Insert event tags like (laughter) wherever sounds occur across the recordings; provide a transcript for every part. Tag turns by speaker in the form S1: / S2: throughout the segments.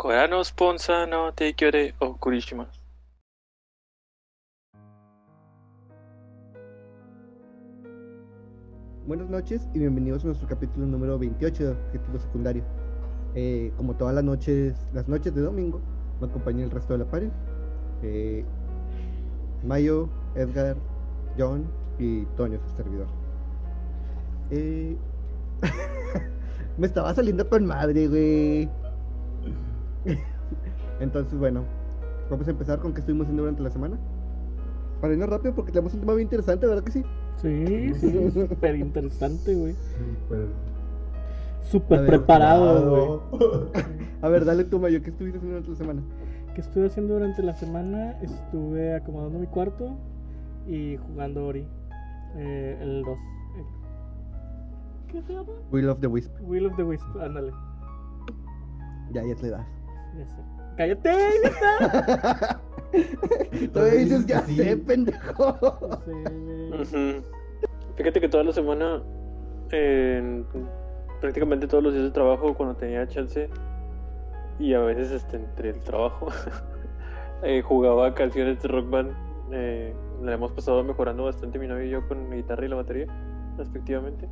S1: Corano Sponsa no te quiere o Kurishima.
S2: Buenas noches y bienvenidos a nuestro capítulo número 28 de Objetivo Secundario. Eh, como todas las noches, las noches de domingo, me acompaña el resto de la pared. Eh, Mayo, Edgar, John y Tonio, su servidor. Eh, (laughs) me estaba saliendo con madre, güey. (laughs) Entonces, bueno, vamos a empezar con qué estuvimos haciendo durante la semana. Para irnos rápido porque tenemos un tema bien interesante, ¿verdad que sí?
S3: Sí, sí, es súper interesante, güey.
S4: Pues,
S2: A
S3: Súper
S2: ver,
S3: preparado,
S2: A ver, dale tú, Mayo, ¿qué estuviste haciendo durante la semana?
S3: güey. ¿Qué estuve haciendo durante la semana? Estuve acomodando mi cuarto y jugando Ori. Eh, el 2. ¿Qué se llama?
S2: Will of the Wisp.
S3: Will of the Wisp, ándale.
S2: Ya, ya te le das.
S3: Ya sé. ¡Cállate! idiota!
S2: Todavía dices
S4: que
S2: ya
S4: sí.
S2: sé, pendejo.
S3: No sé, güey.
S1: Ujú. Fíjate que toda la semana, en prácticamente todos los días de trabajo, cuando tenía chance, y a veces este, entre el trabajo, (laughs) eh, jugaba canciones de rock band. Eh, la hemos pasado mejorando bastante mi novio y yo con mi guitarra y la batería, respectivamente.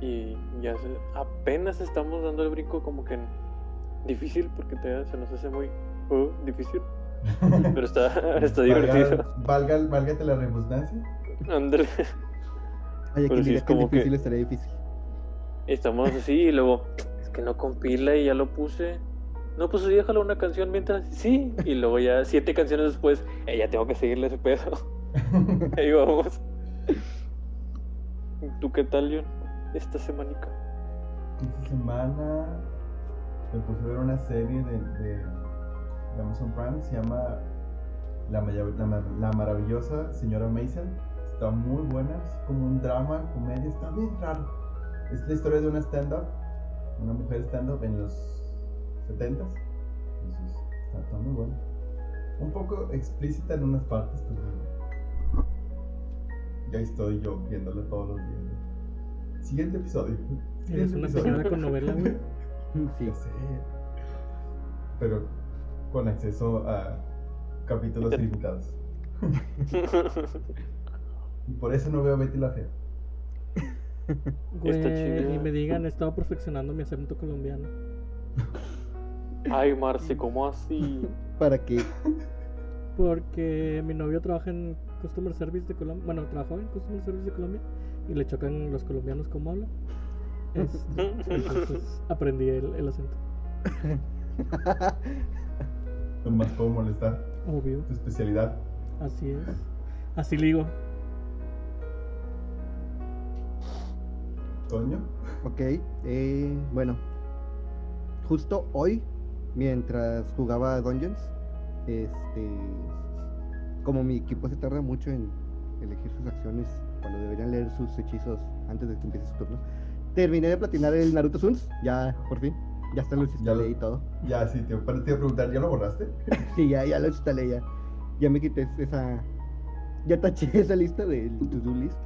S1: Y ya se- apenas estamos dando el brinco como que en- difícil, porque te- se nos hace muy uh, difícil, pero está, (laughs) (laughs) está divertido.
S4: Valga, valga- válgate la redundancia.
S1: Ándale.
S2: Ay, aquí
S1: Pero sí
S2: diría
S1: es
S2: que es
S1: como que-
S2: difícil, estaría difícil.
S1: (laughs) Estamos así y luego, es que no compila y ya lo puse. No, pues déjalo una canción mientras, sí. Y luego ya siete canciones después, eh, ya tengo que seguirle ese pedo. Ahí vamos. ¿Tú qué tal, John? Esta semanica.
S4: Esta semana me puse a ver una serie de, de, de Amazon Prime, se llama la, Maya- la Mar- La maravillosa señora Mason. Está muy buena, es como un drama, comedia, está bien raro. Es la historia de una stand-up, una mujer stand-up en los 70s. Entonces, está, está muy buena. Un poco explícita en unas partes, pero bueno. Ya estoy yo viéndola todos los días. ¿no? Siguiente episodio.
S3: Eres
S4: Siguiente
S3: una
S4: episodio.
S3: señora con novela, güey.
S2: Mm, Sí.
S4: Ya sé. Pero con acceso a
S1: (laughs)
S4: capítulos limitados. Y por eso no veo a Betty la Fea.
S1: Está
S3: Güey,
S1: chido.
S3: Y me digan, he estado perfeccionando mi acento colombiano.
S1: Ay, Marce, ¿cómo así?
S2: Para que.
S3: Porque mi novio trabaja en Customer Service de Colombia. Bueno, trabajó en Customer Service de Colombia y le chocan los colombianos como hablan.
S1: (laughs)
S3: Este, entonces aprendí el, el acento.
S4: Nomás puedo molestar.
S3: Obvio,
S4: Tu especialidad.
S3: así es. Así ligo.
S4: Toño.
S2: ok, eh, bueno. Justo hoy, mientras jugaba a Dungeons, este. Como mi equipo se tarda mucho en elegir sus acciones cuando deberían leer sus hechizos antes de que empiece su turno, terminé de platinar el Naruto Suns, ya por fin. Ya
S1: Ah,
S2: está lo
S4: Ya lo-
S2: instalé y todo.
S4: Ya, sí, te, pero te iba a preguntar, ¿ya lo borraste?
S2: Sí, ya, ya lo instalé, ya. Ya me quité esa. Ya taché (laughs) esa lista del to-do list.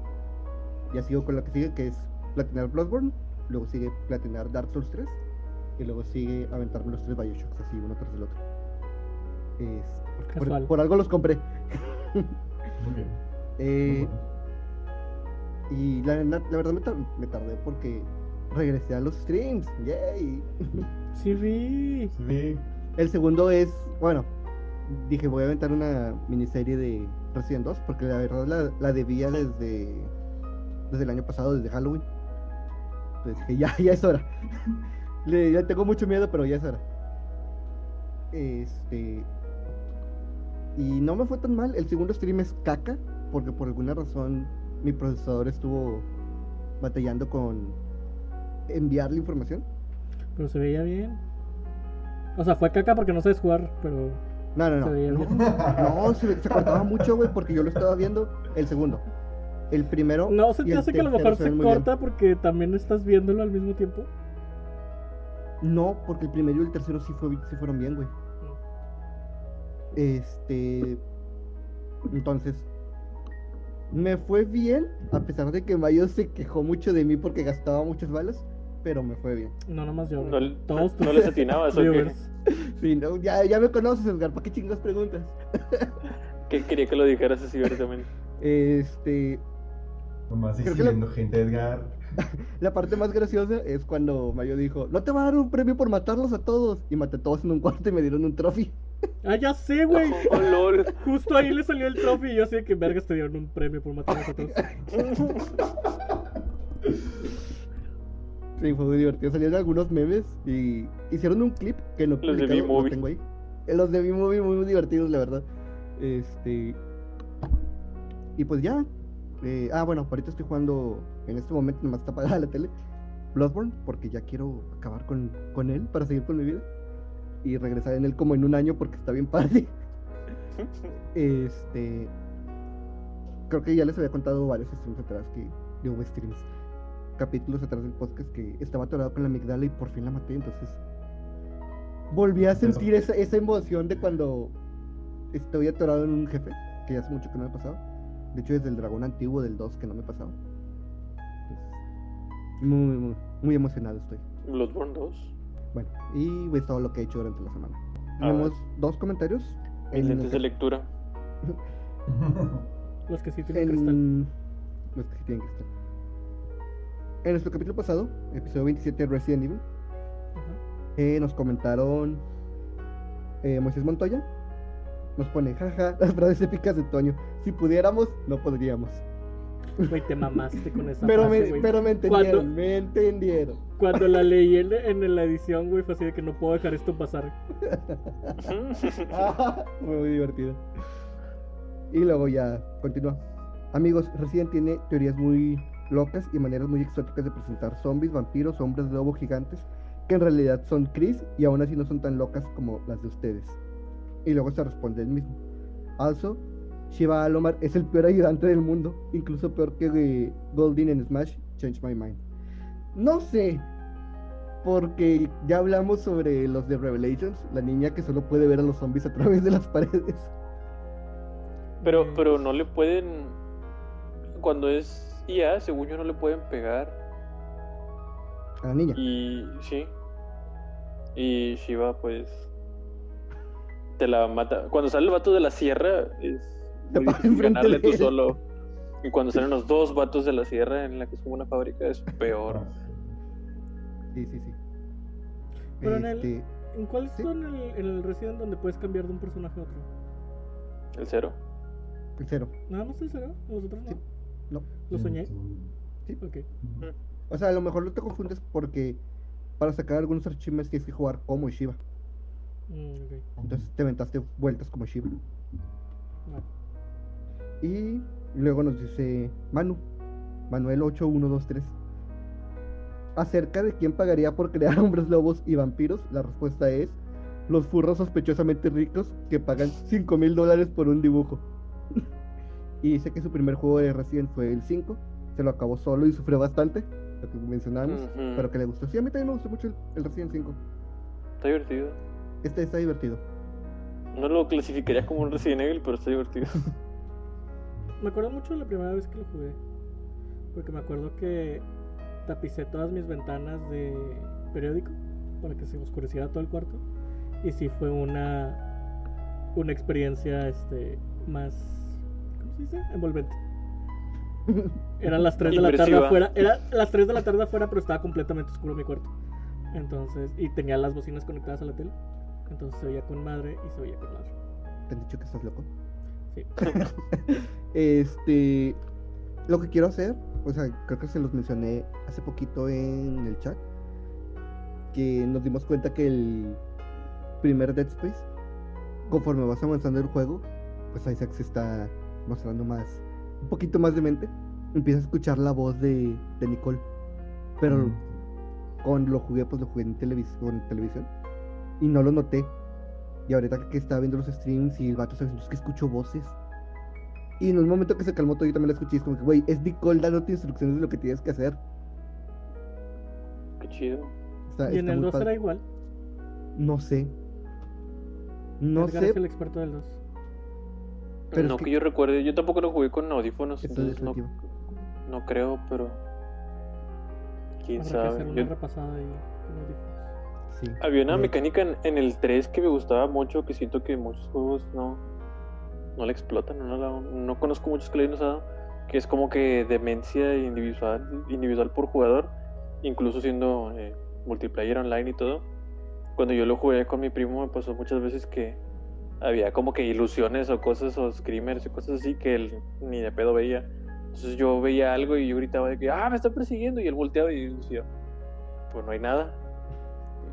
S2: Ya sigo con la que sigue, que es platinar Bloodborne. Luego sigue platinar Dark Souls 3. Y luego sigue aventarme los tres Bioshocks, así uno tras el otro. Es- porque por-
S3: Casual.
S2: por, algo los compré.
S4: Muy bien.
S2: Eh, y la, la- la verdad me, tar- me tardé porque regresé a los streams. ¡Yay!
S3: Sí, vi.
S4: Sí.
S2: El segundo es, bueno, dije voy a aventar una miniserie de Resident 2 porque la verdad la, la debía desde, desde el año pasado, desde Halloween. Entonces dije, ya, ya es hora. (laughs) Le, ya tengo mucho miedo, pero ya es hora. Este. Y no me fue tan mal. El segundo stream es caca porque por alguna razón mi procesador estuvo batallando con enviar la información.
S3: Pero se veía bien. O sea, fue caca porque no sabes jugar, pero
S2: No, no, no.
S3: se
S2: (laughs)
S3: veía bien.
S2: No, se, se cortaba mucho, güey, porque yo lo estaba viendo el segundo. El primero.
S3: No se
S2: y
S3: te
S2: el
S3: hace que a lo
S2: tercero
S3: mejor se
S2: ven muy bien.
S3: corta porque también estás viéndolo al mismo tiempo.
S2: No, porque el primero y el tercero sí, fue, sí fueron bien, güey. Este. Entonces. Me fue bien, a pesar de que Mayo se quejó mucho de mí porque gastaba muchas balas, pero me fue bien.
S3: No, nomás yo.
S1: No,
S3: Todos tus
S1: no les atinabas, ¿o qué?
S3: viewers.
S2: Sí, no, ya, ya me conoces, Edgar, ¿para qué chingas preguntas?
S1: Que quería que lo dijeras así abiertamente.
S2: Este,
S4: Nomás
S2: Creo que
S4: exhibiendo gente, Edgar.
S2: la parte más graciosa es cuando Mayo dijo, no te va a dar un premio por matarlos a todos. Y maté a todos en un cuarto y me dieron un trofeo.
S3: Ah, ya sé, güey.
S1: Oh, lol.
S3: Justo ahí le salió el trofeo y yo sé que vergas te dieron un premio por matar a
S2: (laughs)
S3: todos.
S2: Sí, fue muy divertido. Salieron algunos memes y hicieron un clip que no he
S1: Los de
S2: publicado, lo
S1: B-Movie.
S2: tengo ahí. Eh, Los de B-Movie muy divertidos, la verdad. Este. Y pues ya. Eh, ah, bueno, ahorita estoy jugando. En este momento nomás está apagada la tele. Bloodborne, porque ya quiero acabar con, con él para seguir con mi vida. Y regresar en él como en un año porque está bien padre. Este. Creo que ya les había contado varios streams atrás que. Digo, streams. Capítulos atrás del podcast que estaba atorado con la amigdala y por fin la maté, entonces. Volví a sentir esa, esa emoción de cuando estoy atorado en un jefe, que hace mucho que no me pasaba. De hecho, desde el dragón antiguo del 2 que no me pasaba. Entonces, muy, muy, muy emocionado estoy.
S1: Bloodborne 2.
S2: Bueno, y es todo lo que he hecho durante la semana.
S1: A ver.
S2: Tenemos dos comentarios.
S1: Mis
S2: en
S1: lentes de
S2: el-
S1: lectura.
S3: Los que sí
S2: (laughs)
S3: tienen cristal.
S2: En... los que sí tienen cristal. En nuestro capítulo pasado, episodio 27 Resident Evil,
S3: Ajá.
S2: eh, nos comentaron eh, Moisés Montoya. Nos pone, jaja, las frases épicas de Toño. Si pudiéramos, no podríamos.
S3: Güey, te mamaste con esa
S2: Pero
S3: frase,
S2: me,
S3: güey.
S2: pero me
S3: ¿Cuándo?
S2: entendieron, me entendieron.
S3: Cuando la leí en, en la edición, güey, fue así de que no puedo dejar esto pasar.
S2: Ah, Fue (laughs) muy divertido. Y luego ya continúa. Amigos, Resident tiene teorías muy locas y maneras muy exóticas de presentar zombies, vampiros, hombres lobo, gigantes, que en realidad son Chris y aún así no son tan locas como las de ustedes. Y luego se responde el mismo. Also, Shiva Alomar es el peor ayudante del mundo, incluso peor que eh, Goldin en Smash Change My Mind. No sé, porque ya hablamos sobre los de Revelations, la niña que solo puede ver a los zombies a través de las (laughs) paredes.
S1: Pero,
S3: Eh,
S2: Mm.
S1: pero no le pueden. Cuando es IA, según yo, no le pueden pegar.
S2: A la niña.
S1: Y. Sí. Y Shiva, pues. Te la mata. Cuando sale el vato de la sierra, es.
S2: Te
S1: muy
S2: para
S1: difícil
S2: enfrente
S1: ganarle
S2: de
S1: tú
S2: él.
S1: solo. Y cuando salen los dos vatos de la sierra en la que es como una fábrica, es peor.
S2: Sí, sí, sí.
S3: Pero en el-
S2: Este,
S3: ¿En cuál
S2: Sí.
S3: son el, en el Resident donde puedes cambiar de un personaje a otro?
S1: El cero.
S2: el cero.
S3: ¿Nada más el cero? ¿Los otros no?
S2: Sí. No. Mm.
S3: ¿Lo soñé? Ok.
S2: O sea, a lo mejor no te confundes porque para sacar algunos archimes tienes que jugar como Shiva.
S3: Mm, ok.
S2: Entonces te aventaste vueltas como Shiva.
S3: Va.
S2: Y luego nos dice Manu, Manuel 8123. Acerca de quién pagaría por crear (laughs) hombres lobos y vampiros, la respuesta es los furros sospechosamente ricos que pagan 5 mil dólares por un dibujo. (laughs) y dice que su primer juego de Resident fue el 5, se lo acabó solo y sufrió bastante, lo que mencionábamos,
S1: Ujú.
S2: pero que le gustó. Sí, a mí también me gustó mucho el, el Resident 5.
S1: Está divertido.
S2: Este está divertido. (laughs)
S1: No lo clasificaría como un Resident Evil, pero está divertido. (laughs)
S3: Me acuerdo mucho de la primera vez que lo jugué. Porque me acuerdo que tapicé todas mis ventanas de periódico para que se oscureciera todo el cuarto. Y sí fue una una experiencia este más ¿cómo se dice? envolvente. Eran las 3 de la tarde
S1: Inmersiva.
S3: afuera, era las 3 de la tarde afuera, pero estaba completamente oscuro mi cuarto. Entonces, y tenía las bocinas conectadas a la tele. Entonces se oía con madre y se oía con madre.
S2: ¿Te han dicho que estás loco?
S3: Sí.
S2: (laughs) este, lo que quiero hacer, o sea, creo que se los mencioné hace poquito en el chat, que nos dimos cuenta que el primer Dead Space, conforme vas avanzando el juego, pues Isaac se está mostrando más, un poquito más de mente, empieza a escuchar la voz de, de Nicole, pero con lo jugué, pues lo jugué en, televis- en televisión. Y no lo noté. Y ahorita que estaba viendo los streams y el vato se es que escucho voces. Y en un momento que se calmó todo, yo también la escuché. y Es como que, güey, es Nicole dándote instrucciones de lo que tienes que hacer.
S1: Qué chido.
S2: Está-
S3: y en
S2: Ah, está
S3: el
S2: muy
S3: 2
S2: padre.
S3: era igual.
S2: No sé. No
S3: Edgar es el
S2: sé.
S3: experto del 2.
S2: Pero
S1: no
S2: es
S1: que...
S2: que-
S1: yo recuerde, yo tampoco lo jugué con audífonos,
S2: Estoy
S1: entonces no,
S2: definitivo.
S1: no creo, pero quién
S3: Habrá que
S1: sabe.
S3: hacer una
S1: Yo-
S3: repasada ahí con audífonos.
S2: Sí. (laughs)
S1: Había una
S2: Sí.
S1: mecánica en, en el 3 que me gustaba mucho, que siento que muchos juegos no, no la explotan, no, la- no conozco muchos que la hayan usado, que es como que demencia individual, individual por jugador, incluso siendo eh, multiplayer online y todo. Cuando yo lo jugué con mi primo me pasó muchas veces que había como que ilusiones o cosas o screamers y cosas así que él ni de pedo veía. Entonces yo veía algo y yo gritaba de que, ah, me está persiguiendo y él volteaba y yo decía, pues no hay nada.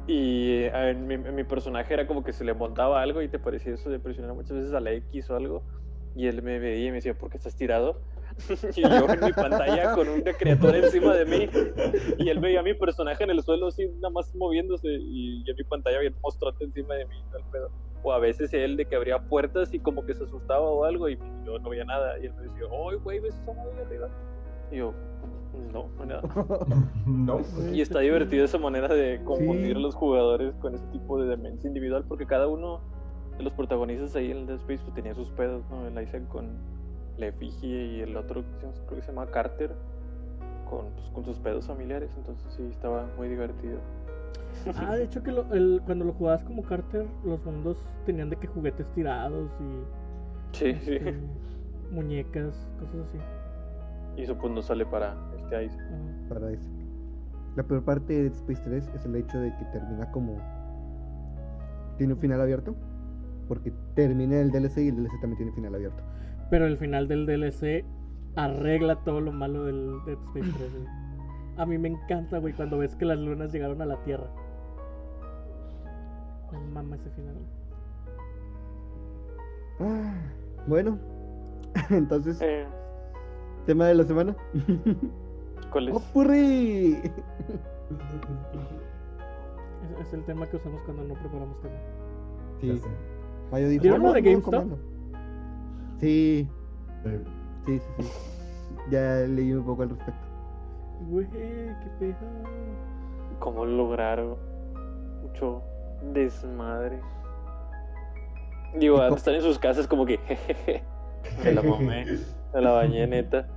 S1: Y eh, en mi, en mi personaje era como que se le montaba algo y te parecía eso de presionar muchas veces a la X o algo. Y él me veía y me decía, ¿por qué estás tirado? (laughs) y yo en mi pantalla con una criatura encima de mí. Y él veía a mi personaje en el suelo así, nada más moviéndose. Y, y en mi pantalla había un monstruote encima de mí. y todo el pedo. O a veces él de que abría puertas y como que se asustaba o algo. Y yo no veía nada. Y él me decía, ¡ay, güey, ves esa madre ahí arriba! Y yo, no, no hay nada.
S4: (laughs) no. pues,
S3: Güey,
S1: Y está
S3: chido.
S1: divertida esa manera de confundir a
S2: Sí.
S1: los jugadores con ese tipo de demencia individual, porque cada uno de los protagonistas ahí en el Dead Space pues, tenía sus pedos, ¿no? El Isaac con la efigie y el otro que se- creo que se llama Carter con, pues, con sus pedos familiares, entonces sí, estaba muy divertido.
S3: Ah, de hecho que lo- el- cuando lo jugabas como Carter, los mundos tenían de que juguetes tirados y
S1: Sí,
S2: (laughs)
S1: sí.
S3: este, muñecas, cosas así.
S1: Y eso pues no sale para este Isaac.
S3: Ajá.
S2: para eso. La peor parte de Dead Space 3 es el hecho de que termina como. Tiene un final abierto. Porque termina el DLC y el DLC también tiene final abierto.
S3: Pero el final del DLC arregla todo lo malo del Dead Space 3. güey. A mí me encanta, güey, cuando ves que las lunas llegaron a la Tierra. Me mama ese final. güey.
S2: Ah, bueno, (laughs) entonces,
S1: Eh,
S2: tema de la semana. ¡Oh,
S1: ¿Cuál es?
S2: ¡Opurri!
S3: Es, es el tema que usamos cuando no preparamos tema.
S4: Ya
S2: Sí,
S4: sé.
S2: Mayo dijo.
S3: ¿Vieron
S2: "Ah,
S3: lo de
S2: no, no,
S3: GameStop?
S2: comando". Sí,
S4: Eh,
S2: sí, sí, sí. Ya leí un poco al respecto.
S3: Güey, qué pedo.
S1: ¿Cómo lograron mucho desmadre? Digo,
S2: Y co-
S1: están en sus casas como que, jejeje, me la
S2: (laughs)
S1: mamé, me la bañé neta.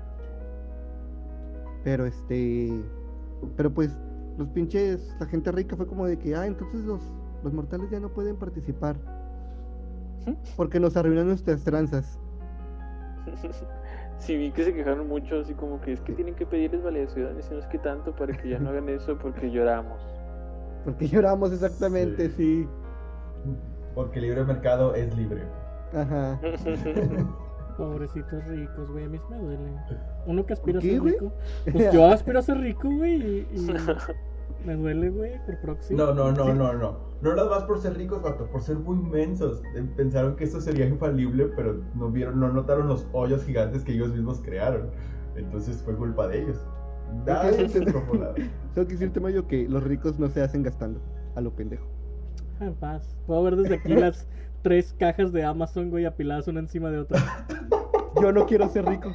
S2: Pero este. Pero pues, los pinches. La gente rica fue como de que, ah, entonces los, los mortales ya no pueden participar.
S1: ¿Mm?
S2: Porque nos arruinan nuestras tranzas.
S1: Sí, vi que se quejaron mucho, así como que es que tienen que pedirles validaciones, y no es que tanto para que ya no hagan eso porque lloramos.
S2: Porque (laughs) lloramos exactamente, sí.
S4: Porque libre mercado es libre.
S2: Ajá.
S3: Pobrecitos ricos, güey, a mí sí me duele.
S2: (laughs)
S3: Uno que aspira a
S2: ¿Qué,
S3: ser
S2: güey? (laughs)
S3: rico. Pues yo aspiro a ser rico, güey, y, y me duele, güey, por Ah, próximo.
S4: No, no, no, no, no. No nada más por ser ricos, vato, por ser muy mensos. Eh, Pensaron que esto sería infalible, pero no vieron, no notaron los hoyos gigantes que ellos mismos crearon. Entonces fue culpa de ellos. pues, Nadie se escapó, nada.
S2: Tengo que decirte, Mayo, que los ricos no se hacen gastando a lo pendejo.
S3: Ah, en paz. Puedo ver desde
S2: (laughs)
S3: aquí las tres cajas de Amazon, güey, apiladas una encima de
S2: (laughs)
S3: otra.
S2: Yo no quiero ser rico.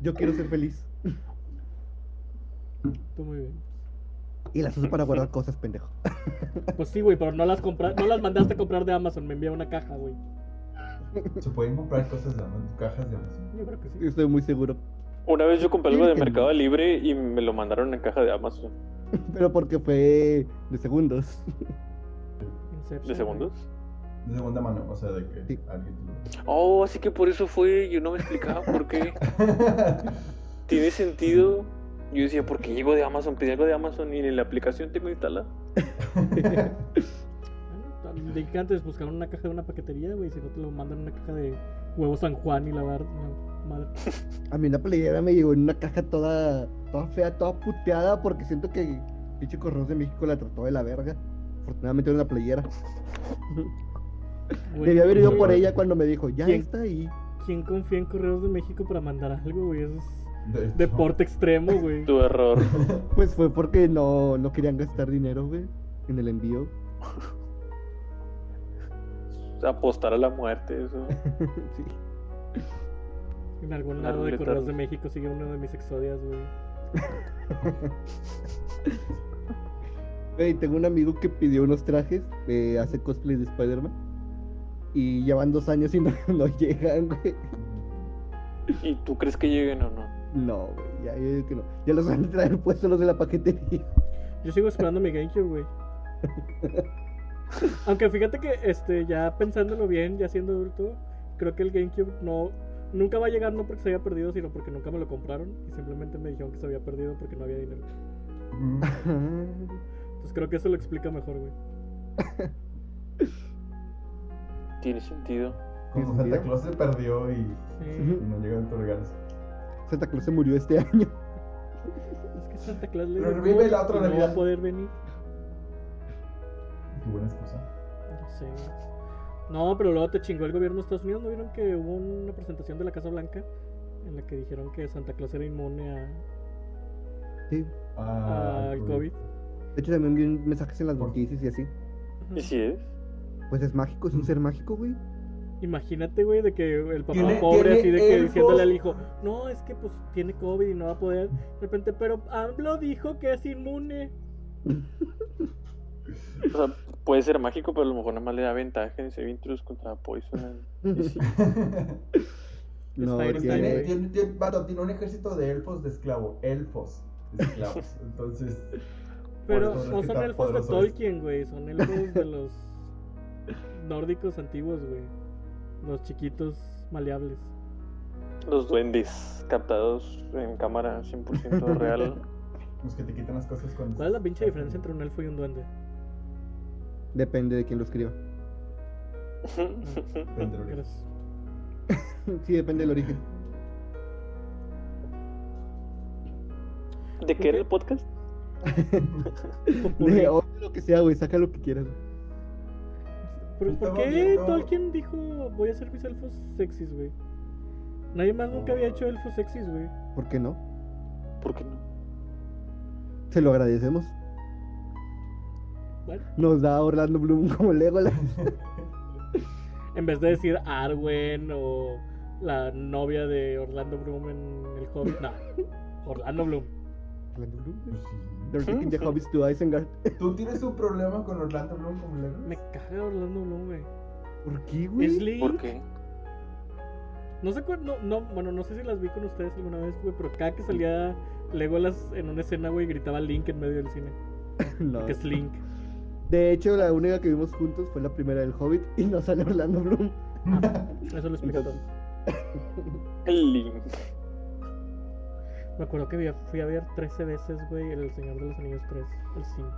S2: Yo quiero ser feliz.
S3: Tú muy bien.
S2: Y las uso para guardar cosas, pendejo.
S3: Pues sí, güey, pero no las compra... no las mandaste a comprar de Amazon, me envía una caja, güey.
S4: Se pueden comprar cosas de Amazon, cajas de Amazon.
S3: Yo creo que sí.
S2: Estoy muy seguro.
S1: Una vez yo compré algo de Mercado Libre y me lo mandaron en caja de Amazon.
S2: Pero porque fue de segundos.
S3: Inception,
S1: ¿De segundos?
S3: güey.
S4: De segunda mano, o sea, de que
S2: Sí.
S4: alguien te lo-
S1: Oh, así que por eso fue, yo no me explicaba por qué. Tiene sentido. Yo decía, ¿por qué llego de Amazon? Pedí algo de Amazon y ni la aplicación tengo instalada.
S3: Ah, no, Dije que antes buscaron una caja de una paquetería, güey, si no te lo mandan una caja de huevo San Juan y lavar. No, madre.
S2: A mí una playera me llegó en una caja toda, toda fea, toda puteada, porque siento que pinche Correos de México la trató de la verga. Afortunadamente era una playera.
S3: Güey,
S2: Debí haber ido
S4: Muy
S2: por
S4: bueno.
S2: ella cuando me dijo, ya
S3: ¿Quién?
S2: está ahí.
S3: ¿Quién confía en Correos de México para mandar algo, güey? Eso es
S4: De-
S3: deporte extremo, güey.
S1: Tu error.
S2: Pues fue porque no, no querían gastar dinero, güey, en el envío.
S1: Apostar a la muerte, eso.
S2: sí.
S3: En algún
S1: Una
S3: lado de
S1: ruleta
S3: Correos
S1: rusa.
S3: de México sigue uno de mis exodias, güey.
S2: Güey, tengo un amigo que pidió unos trajes, eh, hace cosplay de Spider-Man. Y ya van dos años y no, (laughs) no llegan, güey.
S1: ¿Y tú crees que lleguen o no?
S2: No, güey, (laughs) ya, yo digo que no. Ya los van a traer puestos los de la paquetería.
S4: (laughs)
S3: Yo sigo esperando mi GameCube, güey. Aunque fíjate que este, ya pensándolo bien, ya siendo adulto, creo que el GameCube no nunca va a llegar no porque se haya perdido, sino porque nunca me lo compraron y simplemente me dijeron que se había perdido porque no había dinero.
S4: Mm,
S3: Entonces creo que eso lo explica mejor, güey.
S1: Tiene sentido.
S4: Como
S2: ¿Tiene
S4: Santa
S2: sentido?
S4: Claus se perdió y,
S3: Sí.
S4: y no llegaron tus regalos.
S2: Santa Claus se murió este año.
S3: Es que Santa Claus le
S4: Pero
S3: dio
S4: revive
S3: COVID
S4: la
S3: y
S4: otra
S3: no va
S4: Navidad.
S3: a poder venir.
S4: Qué buena excusa.
S3: No sé. No, pero luego te chingó el gobierno de Estados Unidos. ¿No vieron que hubo una presentación de la Casa Blanca en la que dijeron que Santa Claus era inmune a-
S2: Sí.
S4: Ah,
S3: al
S4: cool.
S3: COVID?
S2: De hecho, también vi un- mensajes en las noticias y así.
S3: Ajá.
S1: ¿Y si es?
S2: Pues es mágico, es un ser mágico, (laughs) güey.
S3: Imagínate, güey, de que el papá
S4: Tiene-
S3: pobre
S4: tiene
S3: así de que
S4: el
S3: diciéndole al
S4: post-
S3: hijo, no, es que pues tiene COVID y no va a poder. De repente, pero AMLO dijo que es inmune.
S1: O sea, puede ser mágico, pero a lo mejor nada más le da ventaja en Sevintrus contra Poison. Y sí.
S4: (laughs)
S2: No,
S3: Está ahí, está ahí,
S4: tiene,
S2: tiene,
S3: güey.
S4: tiene- tiene- vato, tiene un ejército de elfos de esclavo. Elfos de esclavos.
S3: (laughs)
S4: Entonces,
S3: Pero
S4: Por eso
S3: no
S4: es que
S3: son
S4: tan
S3: elfos de
S4: poderoso
S3: Tolkien, güey, son elfos de los nórdicos antiguos, güey. Los chiquitos maleables.
S1: Los duendes captados en cámara (laughs) 100% real.
S4: los que te quitan las cosas con.
S3: ¿Cuál es la pinche diferencia entre un elfo y un duende?
S2: depende de quién lo escriba.
S4: Entre
S3: ¿Qué
S4: orejas.
S3: crees?
S2: Sí, depende del origen.
S1: ¿De qué era el podcast?
S2: (laughs)
S3: Popurrí.
S2: De o lo que sea, güey, saca lo que quieras. güey.
S3: ¿Por, por
S4: Estaba
S3: qué
S4: viendo-
S3: Tolkien dijo voy a hacer mis elfos sexys, güey? Nadie más nunca había hecho elfos sexys, güey.
S2: ¿Por qué no?
S1: ¿Por qué no?
S2: Se lo agradecemos.
S3: Bueno,
S2: Nos da Orlando Bloom (laughs) como Legolas.
S3: en vez de decir Arwen o la novia de Orlando Bloom en el Hobbit.
S2: (laughs)
S3: No, Orlando Bloom.
S2: Orlando Bloom, güey.
S4: Pues
S2: The Orphan de Hobbits to Isengard.
S4: sí. Tú tienes un problema con Orlando Bloom como Lego. (laughs)
S3: Me caga Orlando Bloom, güey.
S2: ¿Por qué,
S3: Es
S2: güey?
S3: Link.
S1: ¿Por qué?
S3: No sé cuál- no, no, bueno, no sé si las vi con ustedes alguna vez, güey, pero cada que salía Legolas en una escena, güey, gritaba Link en medio del cine.
S2: No.
S3: Que es Link.
S2: De hecho, la única que vimos juntos fue la primera del Hobbit y no sale Orlando Bloom.
S3: Eso lo explica todo.
S1: El link.
S3: Me acuerdo que vi- fui a ver 13 veces, güey, El Señor de los Anillos 3, el 5.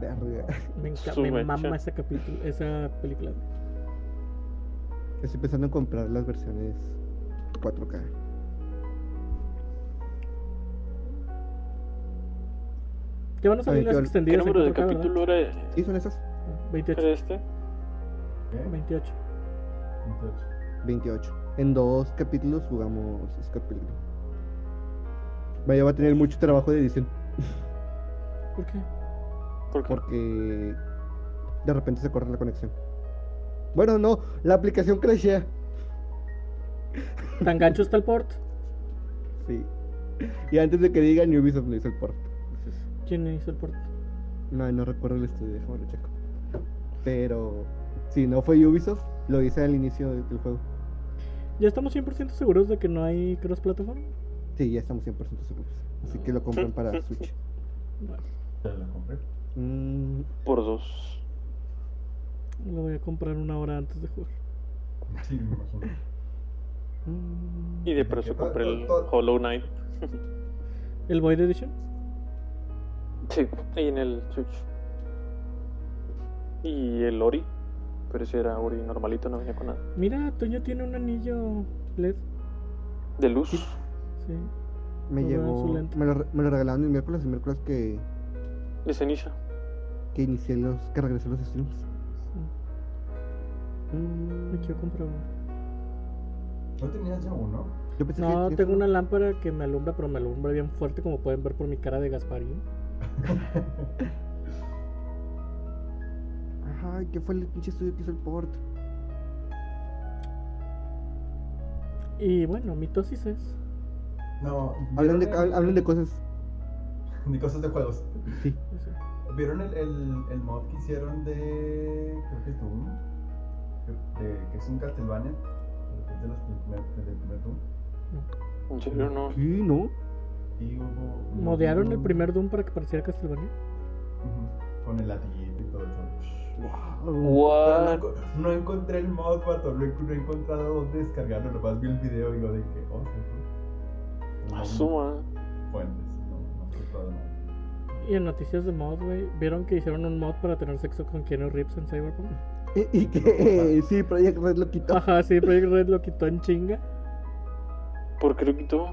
S2: Verga.
S3: Me, enca-
S1: Su
S3: me
S1: mecha.
S3: mama ese capítulo, esa película. güey.
S2: Estoy pensando en comprar las versiones 4K.
S3: Que van a salir
S2: Oye,
S3: las
S2: ¿qué-
S1: ¿Qué
S3: extendidas. en
S1: número de
S3: 4K, ¿verdad?
S1: capítulo era,
S2: ¿Sí son esas?
S1: era
S3: 28.
S1: este?
S4: ¿Eh?
S3: 28.
S4: 28.
S2: 28. En dos capítulos jugamos Scott Pilgrim. Vaya, va a tener mucho trabajo de edición
S3: ¿Por qué?
S1: ¿Por qué?
S2: porque de repente se corre la conexión. Bueno, no, la aplicación crashea.
S3: Tan gancho está el port.
S2: Sí. Y antes de que digan, Ubisoft no hizo el port. Entonces,
S3: ¿Quién hizo el port?
S2: no, no recuerdo el estudio, déjame lo checo. Pero si no fue Ubisoft, lo hice al inicio del juego.
S3: ¿Ya estamos 100% seguros de que no hay cross-platform?
S2: Sí, ya estamos 100% seguros. Así que lo compran para Switch.
S3: Bueno,
S4: Ya la compré.
S2: Mm,
S1: Por dos.
S3: lo voy a comprar una hora antes de jugar.
S4: Sí, me imagino.
S2: mm,
S1: Y de precio compré el
S4: Todo- todo-
S1: Hollow Knight.
S3: ¿El Void Edition?
S1: Sí, ahí en el Switch. Y el Ori. Pero ese era Ori normalito, no venía con nada.
S3: Mira, Toño tiene un anillo LED.
S1: De luz.
S3: Sí.
S2: me
S3: Lo veo en su
S2: llegó.
S3: lente.
S2: Me lo, re- me lo regalaron el miércoles, el miércoles que,
S1: De ceniza.
S2: que inicié los. que regresé los streams.
S3: sí.
S2: Mm,
S3: Me quiero comprar uno.
S4: ¿No tenías ya uno?
S2: yo pensé
S3: No,
S2: que-
S3: tengo una lámpara que me alumbra, pero me alumbra bien fuerte, como pueden ver por mi cara de Gasparín.
S2: Ajá, ¿qué fue el pinche estudio que hizo el port?
S3: Y bueno, mitosis es.
S4: No.
S2: Hablan
S4: ¿vieron
S2: de,
S4: el-
S2: hab- hablan de cosas.
S4: de cosas de juegos.
S2: Sí.
S3: no sé.
S4: ¿Vieron el, el, el mod que hicieron de. Creo que es Doom? Que- de- que es un Castlevania. pero es de los primer- del primer Doom.
S1: En serio, no.
S2: Sí, ¿no?
S4: Y hubo.
S3: ¿Modearon el
S4: hubo-
S3: primer Doom para que pareciera Castlevania?
S4: Ujú. con el latiguito y todo eso.
S2: Wow.
S4: Pero no
S1: What?
S4: enco- No, encontré el mod, vato. No, he- no he encontrado dónde descargarlo. Nomás vi el video y digo de que, oh, sí,
S1: Ah,
S4: sí.
S1: Asuma.
S4: Fuentes, no, no sé todavía.
S3: Y en noticias de mod, güey, ¿vieron que hicieron un mod para tener sexo con Keanu Reeves en Cyberpunk?
S2: Y, y que (laughs) sí, Project Red lo quitó.
S3: Ajá, sí, Project Red lo quitó en chinga.
S1: ¿Por qué lo quitó?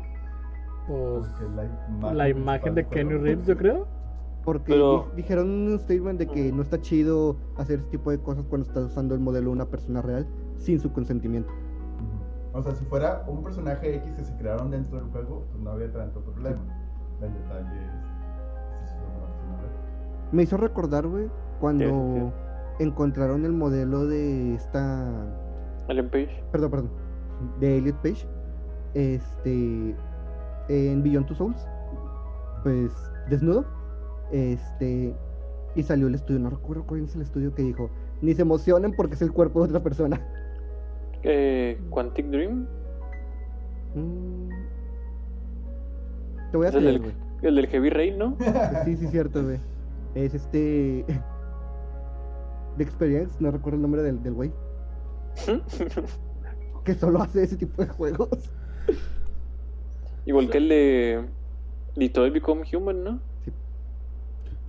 S3: Pues
S4: Porque la imagen,
S3: la imagen de
S4: principal
S3: Keanu
S4: fue lo-
S3: Reeves, yo creo.
S2: Porque
S1: Pero-
S2: di- dijeron un statement de que no está chido hacer este tipo de cosas cuando estás usando el modelo de una persona real sin su consentimiento.
S4: Ujú. O sea, si fuera un personaje X que se crearon dentro del juego, pues no había tanto problema. El detalle es. si es una persona real.
S2: Me hizo recordar, güey, cuando
S1: Sí,
S2: encontraron el modelo de esta.
S1: Alan Page.
S2: Perdón, perdón. De Elliot Page. Este. En Beyond Two Souls. Pues desnudo. Este. Y salió el estudio. No recuerdo cuál es el estudio que dijo. Ni se emocionen porque es el cuerpo de otra persona. (laughs)
S1: Eh, Quantic Dream.
S2: Mm. Te voy a
S1: Es el
S2: creer,
S1: del-
S2: güey.
S1: El del Heavy Rain, ¿no?
S2: Sí, sí, cierto, güey. Es este. (laughs) De Experience, no recuerdo el nombre del del güey. que solo hace ese tipo de juegos.
S1: Igual que el de Detroit Become Human, ¿no?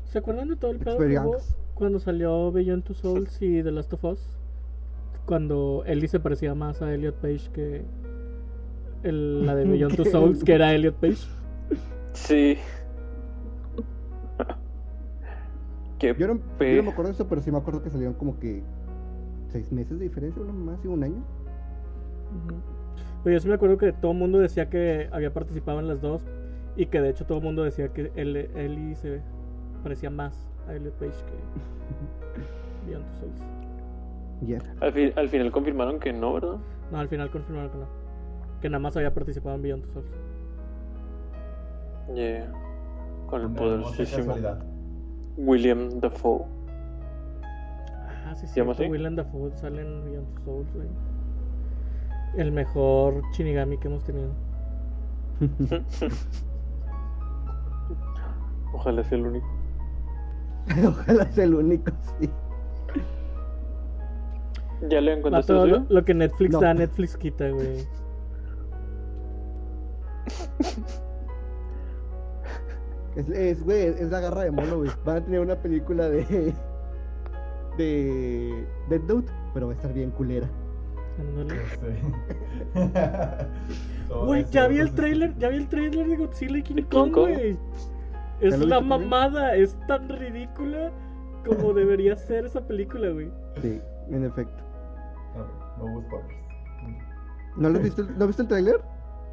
S3: ¿Se acuerdan de todo el pedo que hubo
S2: Experience.
S3: cuando salió Beyond Two Souls y The Last of Us? Cuando Ellie se parecía más a Elliot Page que el- la de Beyond Two
S2: Que-
S3: Souls, que era Elliot Page.
S1: Sí. Qué
S2: Yo no,
S1: pe-
S2: yo no me acuerdo de eso, pero sí me acuerdo que salieron como que seis meses de diferencia, uno más y un año.
S3: Ujú. Pero yo sí me acuerdo que todo el mundo decía que había participado en las dos y que de hecho todo el mundo decía que él, Ellie se parecía más a Elliot Page que (laughs) Beyond Two Souls.
S2: Ya. (laughs)
S1: al, fi- al final confirmaron que no, ¿verdad?
S3: No, al final confirmaron que no. Que nada más había participado en Beyond Two Souls.
S1: Yeah. Con el
S4: Una hermosa
S1: poderosísimo
S4: casualidad.
S1: William Dafoe.
S3: Ah, sí, sí.
S1: ¿Llama así?
S3: Willem Dafoe sale en Beyond Two Souls, güey. El mejor Shinigami que hemos tenido.
S1: Ojalá sea el único.
S2: Ojalá sea el único, sí.
S1: ¿Ya le
S3: Va
S1: encontraste
S3: todo lo,
S1: socio?
S3: lo que Netflix
S2: No.
S3: da, Netflix quita, (laughs) güey.
S2: Es, es, güey, es la garra de mono, güey. Van a tener una película de. de. Dead Note, pero va a estar bien culera.
S3: Ándale.
S4: No sé. este. (laughs) Todo
S3: Güey,
S4: eso,
S3: ya vi el
S4: cosas
S3: trailer,
S4: que-
S3: ya vi el trailer de Godzilla y King
S1: ¿De King
S3: Kong,
S1: Kong?
S3: güey.
S2: ¿Ya
S3: Es
S2: lo
S3: una
S2: viste también?
S3: mamada, es tan ridícula como debería ser esa película, güey.
S2: Sí, en efecto.
S4: No, no hubo spoilers.
S2: ¿No lo has visto, ¿no viste el tráiler?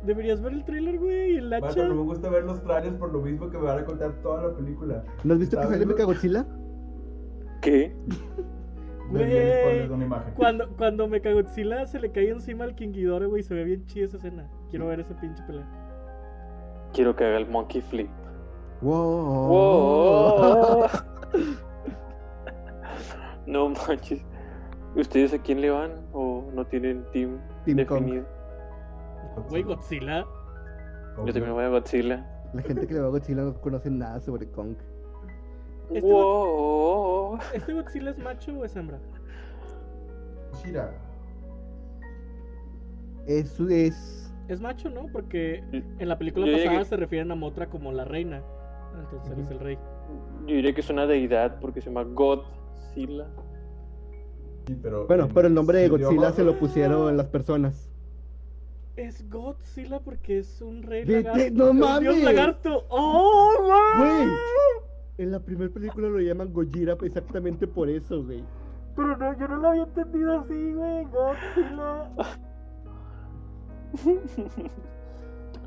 S3: Deberías ver el trailer, güey, el
S4: Vato,
S3: hacha.
S4: no me gusta ver los trailers por lo mismo que me van a contar toda la película.
S2: ¿No has visto que
S4: Está
S2: sale
S4: bien,
S2: Mecha Godzilla?
S1: ¿Qué?
S4: Ven, ven,
S3: Güey.
S4: spoilers de una imagen.
S3: Cuando, cuando Mechagodzilla se le cae encima al King Ghidorah, güey, se ve bien chida esa escena. Quiero ver esa pinche pelea.
S1: Quiero que haga el monkey flip.
S2: Wow.
S1: Wow. no manches. ¿Ustedes a quién le van? ¿O no tienen team,
S2: Team Kong.
S1: definido?
S3: Güey, Godzilla.
S1: Yo también voy a Godzilla.
S2: La gente que le va a Godzilla no conoce nada sobre Kong.
S3: Este
S1: Wow.
S3: ¿Este Godzilla es macho o es hembra?
S4: Shira.
S2: Eso es.
S3: Es macho, ¿no? Porque
S1: Yo-
S3: en la película
S1: yo
S3: pasada
S1: llegué-
S3: se refieren a Motra como la reina. Entonces él es el rey.
S1: Yo diría que es una deidad porque se llama Godzilla.
S4: Sí, pero
S2: Bueno,
S4: en
S2: pero el nombre de
S4: su
S2: Godzilla
S4: idioma-
S2: se lo pusieron las personas.
S3: Es Godzilla porque es un rey
S2: Vete,
S3: lagarto.
S2: no
S3: un dios
S2: mames.
S3: lagarto. ¡Oh, güey!
S2: Güey. En la primera película lo llaman Gojira exactamente por eso, güey.
S3: Pero no, yo no lo había entendido así, güey. Godzilla.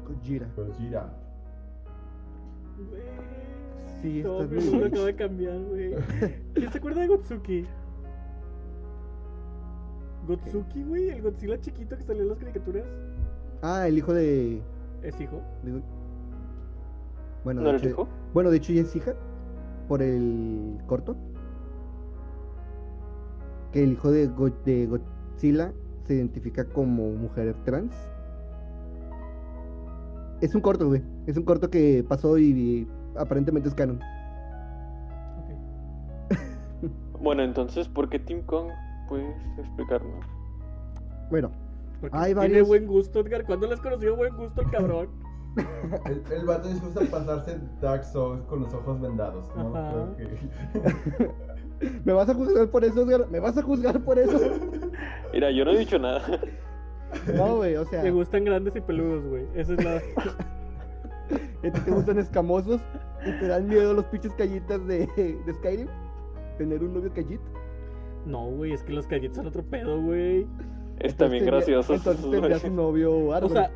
S2: Gojira.
S4: Gojira.
S3: Güey.
S2: Sí,
S3: Todo
S2: estás
S3: mi
S2: muy
S3: mundo
S2: bien.
S3: acaba de cambiar, güey. ¿Quién se acuerda de Gotsuki? Gotsuki, güey, el Godzilla chiquito que salió en las caricaturas.
S2: Ah, el hijo de.
S3: ¿Es hijo?
S2: de- Bueno,
S1: ¿No
S2: de
S1: lo
S2: hecho,
S1: dijo?
S2: bueno, de hecho ya es hija. Por el corto. Que el hijo de, Go- de Godzilla se identifica como mujer trans. Es un corto, güey. Es un corto que pasó y, y aparentemente es canon.
S3: Ok.
S1: Bueno, entonces, ¿por qué Tim Kong? Puedes explicarnos.
S2: Bueno,
S3: Porque
S2: Hay
S3: tiene
S2: varios-
S3: buen gusto, Edgar. ¿Cuándo les conoció buen gusto
S2: (laughs)
S3: el cabrón?
S4: El, el vato les gusta pasarse Dark Souls con los ojos vendados, ¿no?
S3: Ajá.
S4: Creo que...
S2: ¿me vas a juzgar por eso, Edgar? ¿Me vas a juzgar por eso? (laughs)
S1: Mira, yo no he dicho nada. (laughs)
S2: No, güey, o sea,
S3: Le gustan grandes y peludos, güey. Esa es la. (laughs)
S2: ¿a ti te gustan escamosos y te dan miedo los pinches callitas de, de Skyrim? ¿Tener un novio callito?
S3: No, güey, es que los galletas son otro pedo, güey.
S1: Está bien gracioso. (laughs)
S2: Entonces tendrías un novio
S3: O
S2: árbol.
S3: sea.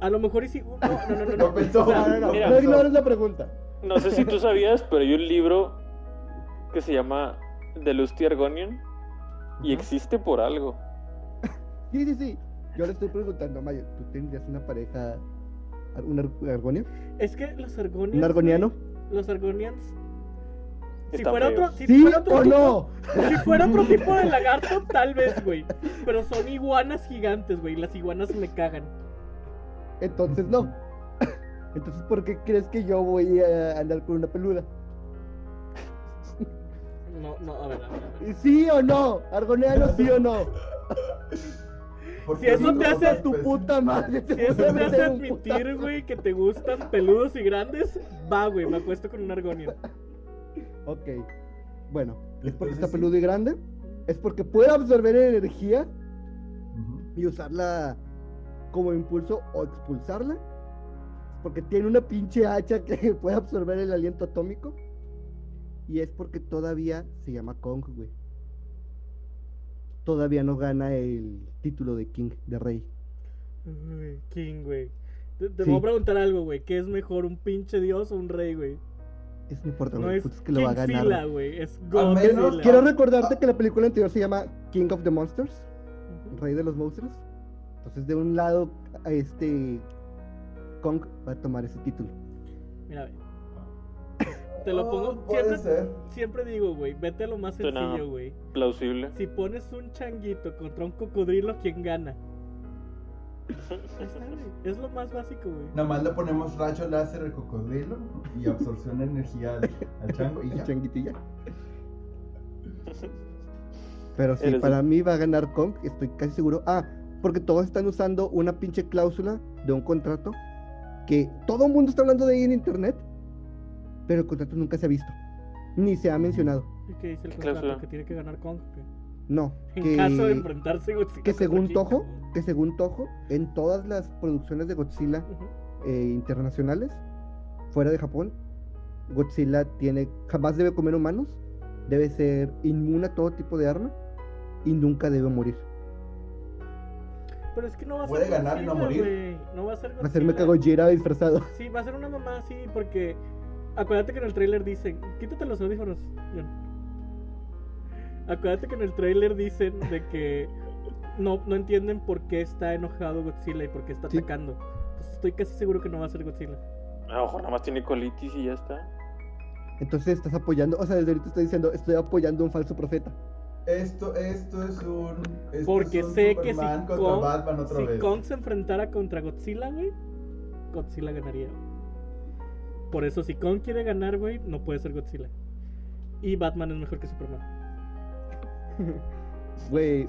S3: A lo mejor y si. No, no, no, no.
S4: No pensó.
S3: O sea,
S2: (laughs) no, no, no,
S1: mira.
S2: no ignores la pregunta.
S1: No sé si tú sabías, pero hay un libro que se llama The Lusty Argonian y
S2: Ajá.
S1: existe por algo.
S2: Sí, sí, sí. Yo le estoy preguntando, Mayo, ¿tú tendrías una pareja, ar- un ar- argonio?
S3: Es que los argonians.
S2: ¿Un argoniano?
S3: Los argonians. Si
S1: Están
S3: fuera, otro,
S1: feos.
S3: si,
S2: ¿Sí
S3: fuera otro
S2: o
S3: tipo,
S2: no?
S3: si fuera
S2: (laughs)
S3: otro tipo de lagarto, tal vez, güey. Pero son iguanas gigantes, güey. Las iguanas me cagan.
S2: Entonces no. Entonces, ¿por qué crees que yo voy a andar con una peluda?
S3: No, no, a ver, a ver. a ver.
S2: ¿Y ¿Sí o no? ¿Argoniano sí o no?
S4: ¿Por
S3: Si
S4: qué
S3: eso
S4: son
S3: te
S4: dos
S3: hace a
S2: Tu
S4: especies?
S2: puta madre. te
S3: Si eso
S2: voy a
S3: te hace
S2: meter un putazo.
S3: admitir, güey, que te gustan peludos y grandes, va, güey, me acuesto con un argonio.
S2: Ok. Bueno, es porque
S4: Entonces,
S2: está
S4: sí.
S2: peludo y grande. Es porque puede absorber energía
S4: Ujú.
S2: y usarla como impulso o expulsarla. Porque tiene una pinche hacha que (laughs) puede absorber el aliento atómico. Y es porque todavía se llama Kong, güey. Todavía no gana el título de King, de rey.
S3: Uy, King, güey. Te, te
S2: Sí.
S3: voy a preguntar algo, güey. ¿Qué es mejor, un pinche dios o un rey, güey?
S2: Eso no importa,
S3: No
S2: güey.
S3: es
S2: pues es que lo va a
S3: King
S2: ganar.
S3: Fila, güey. Es God
S4: menos-
S3: Fila.
S2: Quiero recordarte que la película anterior se llama King of the Monsters,
S3: Ujú.
S2: Rey de los Monstruos. Entonces, de un lado, a este Kong va a tomar ese título.
S3: Mira,
S4: (laughs)
S3: güey. Te lo pongo.
S4: Oh, puede
S3: Siempre,
S4: ser.
S3: siempre digo, güey, vete a lo más
S1: Suena-
S3: sencillo, güey.
S1: Plausible.
S3: Si pones un changuito contra un cocodrilo,
S1: (laughs)
S3: ¿quién gana? Ahí está, güey. Es lo más básico, güey.
S4: Nada más le ponemos rayo láser al cocodrilo y absorción de energía al, al chango y
S2: El
S4: ya.
S2: changuitilla. Pero sí,
S1: Eres
S2: para mí va a ganar Kong, estoy casi seguro. Ah, porque todos están usando una pinche cláusula de un contrato que todo el mundo está hablando de ahí en internet, pero el contrato nunca se ha visto, ni se ha mencionado.
S3: ¿Y qué dice el
S1: ¿Qué
S3: contrato?
S1: cláusula?
S3: Que tiene que ganar Kong. güey.
S2: No,
S3: En
S2: que,
S3: caso de enfrentarse Godzilla
S2: que según
S3: contra King
S2: Toho,
S3: Kong.
S2: que según Toho, en todas las producciones de Godzilla
S3: Ujú.
S2: eh, internacionales fuera de Japón. Godzilla tiene jamás debe comer humanos, debe ser inmune a todo tipo de arma y nunca debe morir.
S3: Pero es que no va a ser.
S4: Puede ganar y no
S3: Godzilla,
S4: morir.
S3: güey. No va a ser.
S2: Va a ser me
S3: Godzilla.
S2: cago Jira disfrazado. (laughs)
S3: Sí, va a ser una mamá así porque acuérdate que en el tráiler dicen, quítate los audífonos. John. Acuérdate que en el tráiler dicen de que no, no entienden por qué está enojado Godzilla y por qué está
S2: Sí.
S3: atacando. Entonces estoy casi seguro que no va a ser Godzilla.
S1: A lo mejor nada más tiene colitis y ya está. (laughs)
S2: Entonces estás apoyando, o sea, desde ahorita estoy diciendo, estoy apoyando a un falso profeta.
S4: Esto, esto es un. esto
S3: Porque
S4: es un
S3: sé que
S4: Superman
S3: si
S4: contra
S3: Kong-
S4: Batman otra
S3: si
S4: vez.
S3: Kong se enfrentara contra Godzilla, güey, Godzilla ganaría. güey. Por eso si Kong quiere ganar, güey, no puede ser Godzilla. Y Batman es mejor que Superman.
S2: Güey,
S4: Eh,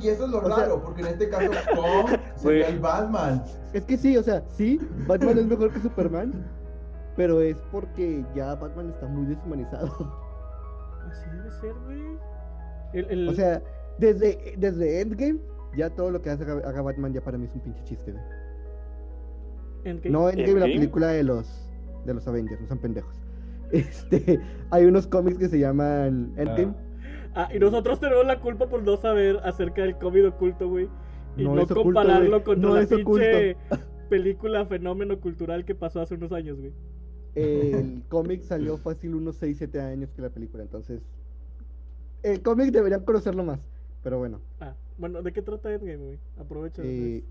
S4: Y eso es lo
S2: O sea-
S4: raro, porque en este
S2: (laughs)
S4: caso Kong
S1: Güey.
S4: sería el Batman.
S2: es que sí, o sea, sí, Batman es mejor que Superman, pero es porque ya Batman está muy deshumanizado. (laughs)
S3: Así debe ser, güey. El- el-
S2: O sea, desde, desde Endgame, ya todo lo que hace, haga Batman ya para mí es un pinche chiste, güey.
S3: Endgame.
S2: No, Endgame, la
S1: ¿Endgame?
S2: película de los de los Avengers, no son pendejos. (laughs) Este, hay unos cómics que se llaman Endgame.
S3: Ah, y nosotros tenemos la culpa por no saber acerca del COVID oculto, güey. Y no,
S2: No es oculto,
S3: compararlo
S2: güey.
S3: con
S2: No
S3: la
S2: es (laughs)
S3: pinche película fenómeno cultural que pasó hace unos años, güey.
S2: El cómic salió fácil unos 6, 7 años que la película, entonces el cómic deberían conocerlo más, pero bueno.
S3: Ah, bueno, ¿de qué trata Endgame, güey? Aprovecha.
S2: eh,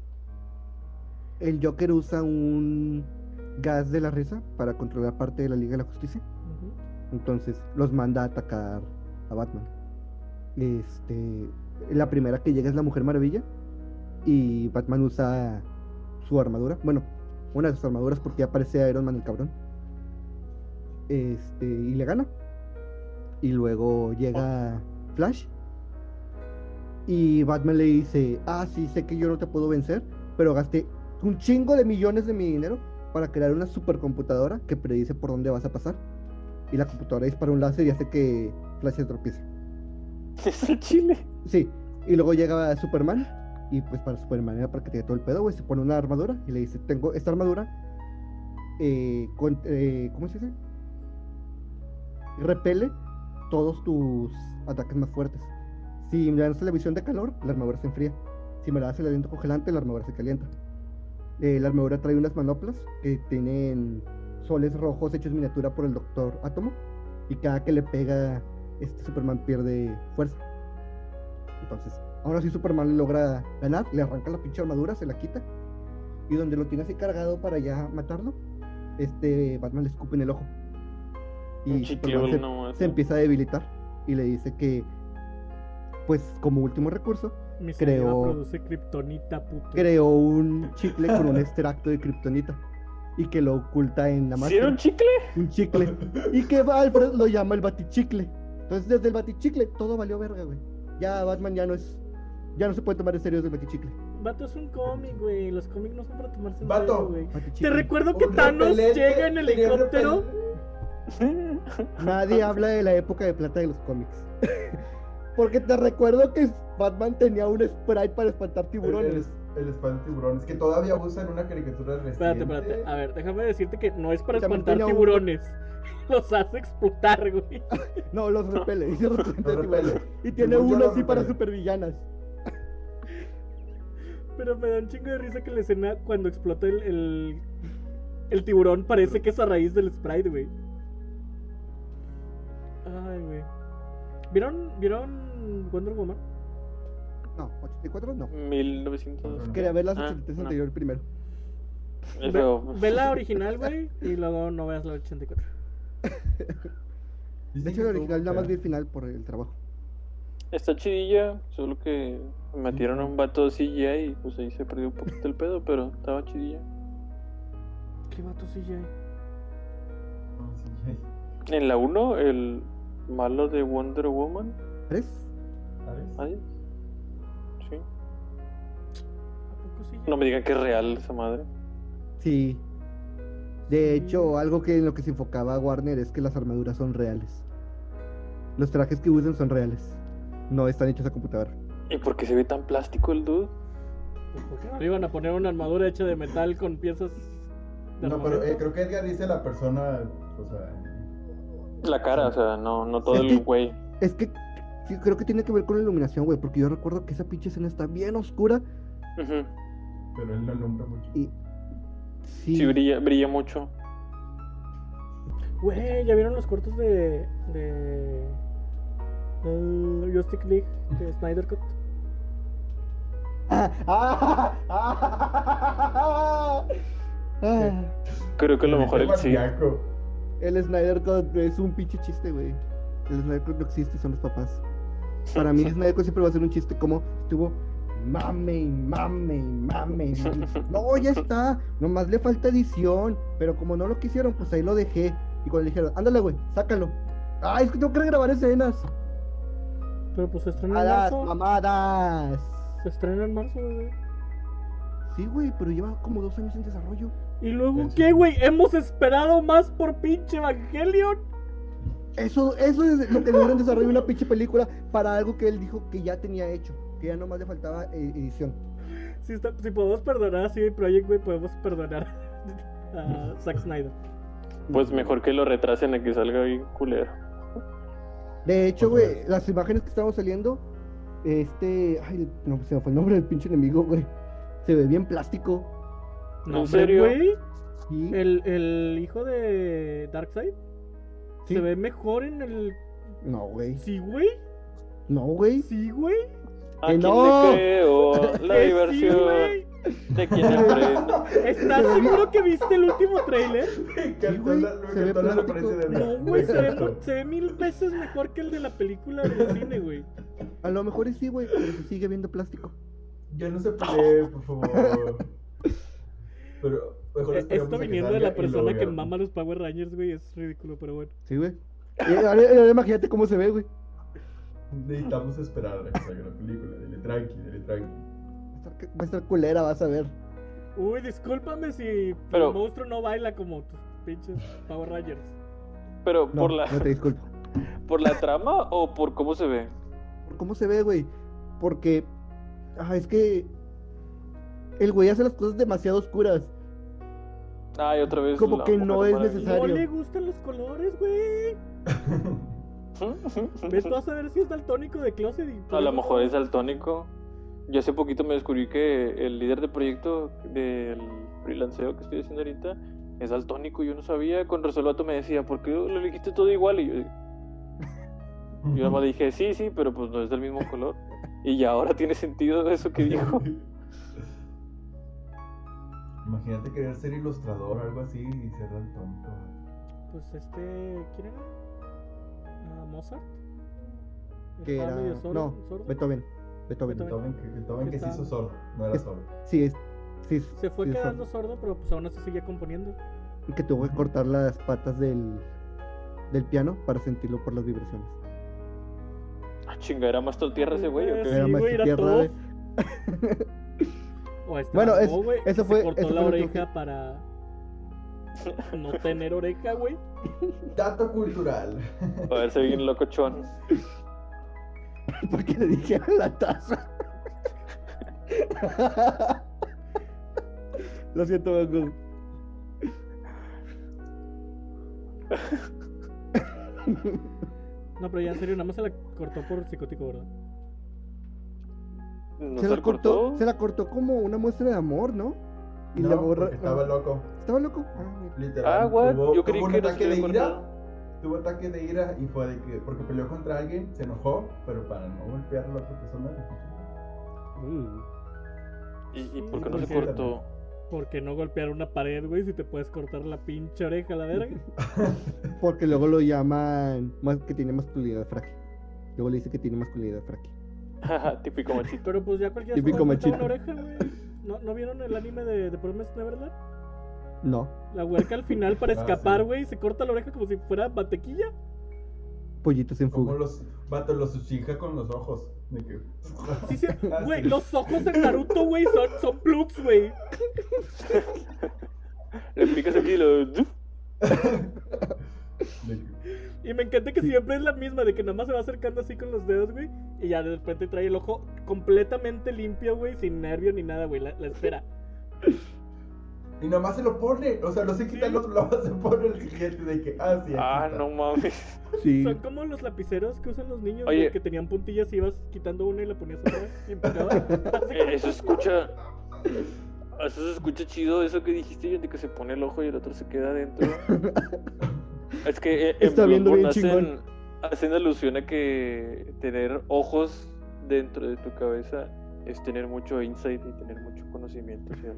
S2: el Joker usa un gas de la risa para controlar parte de la Liga de la Justicia.
S3: Ujú.
S2: Entonces los manda a atacar a Batman. Este, la primera que llega es la Mujer Maravilla y Batman usa su armadura. Bueno, una de sus armaduras porque ya aparece Iron Man el cabrón. Este, y le gana. Y luego llega Flash. Y Batman le dice, ah, sí, sé que yo no te puedo vencer, pero gasté un chingo de millones de mi dinero para crear una supercomputadora que predice por dónde vas a pasar. Y la computadora dispara un láser y hace que Flash se tropiece.
S1: Es el chile.
S2: Sí, y luego llega Superman. Y pues para Superman era para que tenga todo el pedo, güey. Se pone una armadura y le dice: Tengo esta armadura. eh, con- eh, ¿Cómo se dice? Repele todos tus ataques más fuertes. Si me das la visión de calor, la armadura se enfría. Si me la das el aliento congelante, la armadura se calienta. Eh, la armadura trae unas manoplas que tienen soles rojos hechos miniatura por el Doctor Átomo. Y cada que le pega, este Superman pierde fuerza. Entonces, ahora sí Superman le logra ganar, le arranca la pinche armadura, se la quita. Y donde lo tiene así cargado para ya matarlo, este Batman le escupe en el ojo.
S1: Un
S2: Superman pues, se-
S1: chiquillo nomás.
S2: se empieza a debilitar y le dice que, pues como último recurso,
S3: Mi
S2: Creo-
S3: señora produce kriptonita, puto.
S2: creó un chicle con un extracto de kriptonita y que lo oculta en la
S1: ¿Hicieron
S2: máscara.
S1: chicle?
S2: Un chicle. Y que Alfred lo llama el batichicle. Entonces desde el batichicle todo valió verga, güey. Ya Batman ya no es... Ya no se puede tomar en serio desde el batichicle.
S3: Vato es un cómic, güey. Los cómics no son para tomarse en
S4: Vato.
S3: serio, güey. Te
S2: Batichicle.
S3: recuerdo que
S4: Un
S3: Thanos
S4: repelente,
S3: llega en
S4: tenía un
S3: helicóptero.
S4: repel-
S2: Nadie habla de la época de plata de los cómics. (laughs) Porque te recuerdo que Batman tenía un spray para espantar
S4: El, (laughs)
S2: tiburones.
S4: el, el espanto tiburones, que todavía usan una caricatura reciente.
S3: Espérate, espérate. A ver, déjame decirte que no es para
S2: Y también
S3: espantar
S2: tenía un-
S3: tiburones. (laughs) Los hace explotar, güey.
S2: No, los repele. y se representa
S4: Los
S2: tiburones.
S4: repele.
S2: Y tiene
S4: Según yo,
S2: uno
S4: los
S2: así para
S4: repele.
S2: supervillanas.
S3: Pero me da un chingo de risa que la escena cuando explota el, el, el tiburón parece que es a raíz del sprite, güey. Ay, güey. ¿Vieron, ¿Vieron Wonder Woman?
S2: No, 84 no.
S1: 1900.
S2: Quería ver las
S1: Ah,
S2: 83
S1: no.
S2: anterior primero.
S1: Es
S3: Ve-
S1: feo.
S3: Ve la original, güey, y luego no veas la 84.
S4: Dicen
S2: De hecho,
S4: que
S2: el
S4: estuvo
S2: original nada más vi
S4: fea.
S2: el final por el trabajo.
S1: Está chidilla, solo que metieron a un vato CGI y pues ahí se perdió un poquito el pedo, pero estaba chidilla.
S3: ¿Qué vato CGI?
S4: Sí,
S1: En la 1, el malo de Wonder Woman,
S2: ¿Tres?
S4: ¿sabes?
S1: ¿Nadie? Sí.
S3: ¿A poco CGI?
S1: No me digan que es real esa madre.
S2: Sí. De
S3: Sí.
S2: hecho, algo que en lo que se enfocaba Warner es que las armaduras son reales. Los trajes que usan son reales. No están hechos a computadora.
S1: ¿Y por qué se ve tan plástico el dude?
S3: Pues, ¿por qué no? Le iban a poner una armadura hecha de metal con piezas de
S4: No, pero eh,
S3: armamento.
S4: creo que Edgar dice la persona, o sea,
S1: La cara, o sea, no, no todo
S2: Es
S1: el
S2: que-
S1: güey.
S2: Es que sí, creo que tiene que ver con la iluminación, güey, porque yo recuerdo que esa pinche escena está bien oscura
S1: Ujú.
S4: pero él no nombra mucho.
S2: y. Sí.
S1: Sí, brilla, brilla mucho.
S3: Güey, ¿ya vieron los cortos de. de. eh, Justice League de Snyder Cut?
S2: (laughs) Ah, ah, ah, ah, ah.
S1: Creo que a lo mejor
S4: el
S1: él sí.
S4: maníaco.
S2: El Snyder Cut es un pinche chiste, güey. El Snyder Cut no existe, son los papás.
S1: (laughs)
S2: Para mí, Snyder Cut siempre va a ser un chiste como estuvo mame, y mame, y mame, y mame. No, ya está. Nomás le falta edición. Pero como no lo quisieron, pues ahí lo dejé. Y cuando le dijeron, ándale, güey, sácalo. Ay, es que tengo que grabar escenas.
S3: Pero pues se estrena
S2: A
S3: en
S2: las
S3: marzo.
S2: mamadas.
S3: Se estrena en marzo, güey.
S2: Sí, güey, pero lleva como dos años en desarrollo.
S3: ¿Y luego
S4: Sí.
S3: qué, güey? Hemos esperado más por pinche Evangelion.
S2: Eso, eso es lo que logra en desarrollo una pinche película para algo que él dijo que ya tenía hecho. Que ya nomás le faltaba eh, edición.
S3: Si, está- si podemos perdonar a CD Projekt, güey, podemos perdonar (laughs) a Zack Snyder.
S1: Pues mejor que lo retrasen a que salga bien culero.
S2: De hecho,
S4: Otra
S2: güey, las imágenes que estaban saliendo, este. Ay, no, se me fue el nombre del pinche enemigo, (laughs) güey. Se ve bien plástico.
S1: ¿En
S3: hombre,
S1: serio?
S3: güey.
S2: Sí.
S3: El, el hijo de Darkseid
S2: Sí.
S3: se ve mejor en el.
S2: No, güey.
S3: Sí, güey.
S2: No, güey.
S3: Sí, güey.
S1: ¿A quién
S2: ¡Que no!
S1: le creo? La
S3: (laughs) Que sí,
S1: diversión.
S3: güey.
S1: ¿De quién aprendo?
S3: ¿Estás seguro que viste el último trailer?
S4: (laughs) Que
S2: Sí, güey,
S4: Antonio-
S2: se
S4: que
S2: ve
S4: Antonio le
S2: plástico.
S4: parece de-
S3: No, güey, se ve,
S4: de-
S3: mu- se ve mil veces mejor que el de la película del cine, güey.
S2: A lo mejor y sí, güey, pero se sigue viendo plástico.
S4: Ya no se pelee, por favor. Pero mejor
S3: Eh,
S4: esperemos
S3: Esto
S4: a que
S3: E- viniendo de la
S4: salga y lo
S3: persona que
S4: veamos.
S3: mama los Power Rangers, güey, es ridículo, pero bueno.
S2: Sí, güey. Y ahora- ahora imagínate cómo se ve, güey.
S4: Necesitamos esperar a que salga la película. Dile tranqui, dile tranqui.
S2: Va a estar- Va a estar culera, vas a ver.
S3: Uy, discúlpame si
S1: Pero-
S3: el monstruo no baila como tus pinches Power Rangers.
S1: Pero
S2: No,
S1: por la
S2: no
S1: (laughs)
S2: te disculpo.
S1: por la trama o por cómo se ve.
S2: por cómo se ve, güey. Porque ah, es que el güey hace las cosas demasiado oscuras.
S1: Ay, otra vez.
S2: Como
S1: la
S2: que
S1: Mujer
S2: no es
S1: Maravilla.
S2: necesario.
S3: No
S2: Mario.
S3: le gustan los colores, güey. Ves, vas a ver si es daltónico de closet. y por
S1: A lo
S3: eso-
S1: mejor es daltónico. Yo hace poquito me descubrí que el líder de proyecto del freelanceo que estoy haciendo ahorita es daltónico. Yo no sabía. Con Resolvato me decía, ¿por qué lo dijiste todo igual? Y yo, yo nada más le dije, sí, sí, pero pues no es del mismo color. Y ya ahora tiene sentido eso que
S4: (laughs)
S1: dijo.
S4: Imagínate querer ser ilustrador o algo así y ser tan tonto.
S3: Pues este. ¿Quién era? Ah, Mozart.
S2: Que
S3: Estaba
S2: era.
S3: medio sordo-
S2: No,
S3: sordo.
S2: Beethoven. Beethoven.
S3: Beethoven.
S4: Beethoven que, Beethoven que se
S3: Está-
S4: hizo sordo, no
S3: (laughs)
S4: era
S2: Es-
S4: sordo.
S2: Sí, es. Sí, es-
S3: Se fue
S2: sí es
S3: quedando
S2: sordo.
S3: sordo, pero pues aún así seguía componiendo.
S2: Y Que tuvo que cortar las patas del, del piano para sentirlo por las (laughs) vibraciones.
S1: Ah, chinga, era más tierra ese güey. ¿o qué?
S3: Sí,
S2: Era más
S3: güey, era
S2: tierra,
S3: todo.
S2: güey.
S3: (laughs) O este
S2: Bueno,
S3: Van
S2: es-
S3: Gogh, güey,
S2: eso
S3: que
S2: fue-
S3: Se cortó
S2: eso
S3: la
S2: fue lo que
S3: oreja para. No tener oreja, güey.
S4: Dato cultural.
S1: A ver, se ve bien locochón.
S2: Porque le dijeron la taza. Lo siento, Goku.
S3: No, pero ya en serio, nada más se la cortó por psicótico, ¿verdad?
S1: ¿No
S2: Se
S1: se
S2: la
S1: lo
S2: cortó,
S1: cortó?
S2: se la cortó como una muestra de amor, ¿no? Y
S4: No,
S2: la borra.
S4: porque Estaba
S2: ah,
S4: loco.
S2: Estaba loco. Ah, mira.
S4: Literal.
S1: Ah, what?
S4: Tuvo,
S1: Yo creí
S4: tuvo un
S1: que no
S4: ataque
S1: se
S4: de
S1: había
S4: ira.
S1: cortado.
S4: Tuvo ataque de ira y fue de que. Porque peleó contra alguien, se enojó, pero para no golpear a la otra persona. le puso-
S2: Mm.
S1: ¿Y, y por qué no
S4: ¿Por
S1: se
S4: qué?
S1: cortó?
S3: Porque no golpear una pared, güey, si te puedes cortar la pinche oreja, la
S2: (laughs)
S3: verga.
S2: Porque luego lo llaman más que tiene masculinidad frágil. Luego le dice que tiene masculinidad frágil.
S1: Jaja, (laughs) Típico machito.
S3: Pero pues ya cualquiera se
S2: Típico
S3: puede cortar
S2: machito.
S3: una oreja, güey. ¿No, ¿No vieron el anime de, de Promised Neverland?
S2: No,
S3: La huerca al final para
S4: Ah, sí.
S3: escapar, güey, se corta la oreja como si fuera mantequilla.
S2: pollitos en
S4: Como
S2: fuga.
S4: los. Vato, los sushija con los ojos. De
S3: (laughs)
S4: que.
S3: Sí, se-
S4: Ah,
S3: güey,
S4: sí.
S3: los ojos de Naruto, güey, son, son plugs, güey.
S1: Le picas aquí y lo.
S4: de que-
S3: Y me encanta que siempre es la misma, de que nada más se va acercando así con los dedos, güey. Y ya de repente trae el ojo completamente limpio, güey, sin nervio ni nada, güey, la, la espera.
S4: Y nomás se lo pone. O sea, no se quita el otro, nomás se pone el siguiente. De que. Ah, sí. aquí
S1: Ah,
S4: (laughs) está.
S1: no mames.
S2: Sí.
S3: Son como los lapiceros que usan los niños,
S1: Oye.
S3: güey, que tenían puntillas y ibas quitando una y la ponías otra vez y
S2: (laughs)
S3: empujabas.
S1: Eh, Eso escucha. Eso se escucha chido, eso que dijiste, John, de que se pone el ojo y el otro se queda
S2: (laughs)
S1: adentro. Es que eh, en
S2: Está viendo bien
S1: Bloodborne hacen, hacen alusión a que tener ojos dentro de tu cabeza es tener mucho insight y tener mucho conocimiento hacia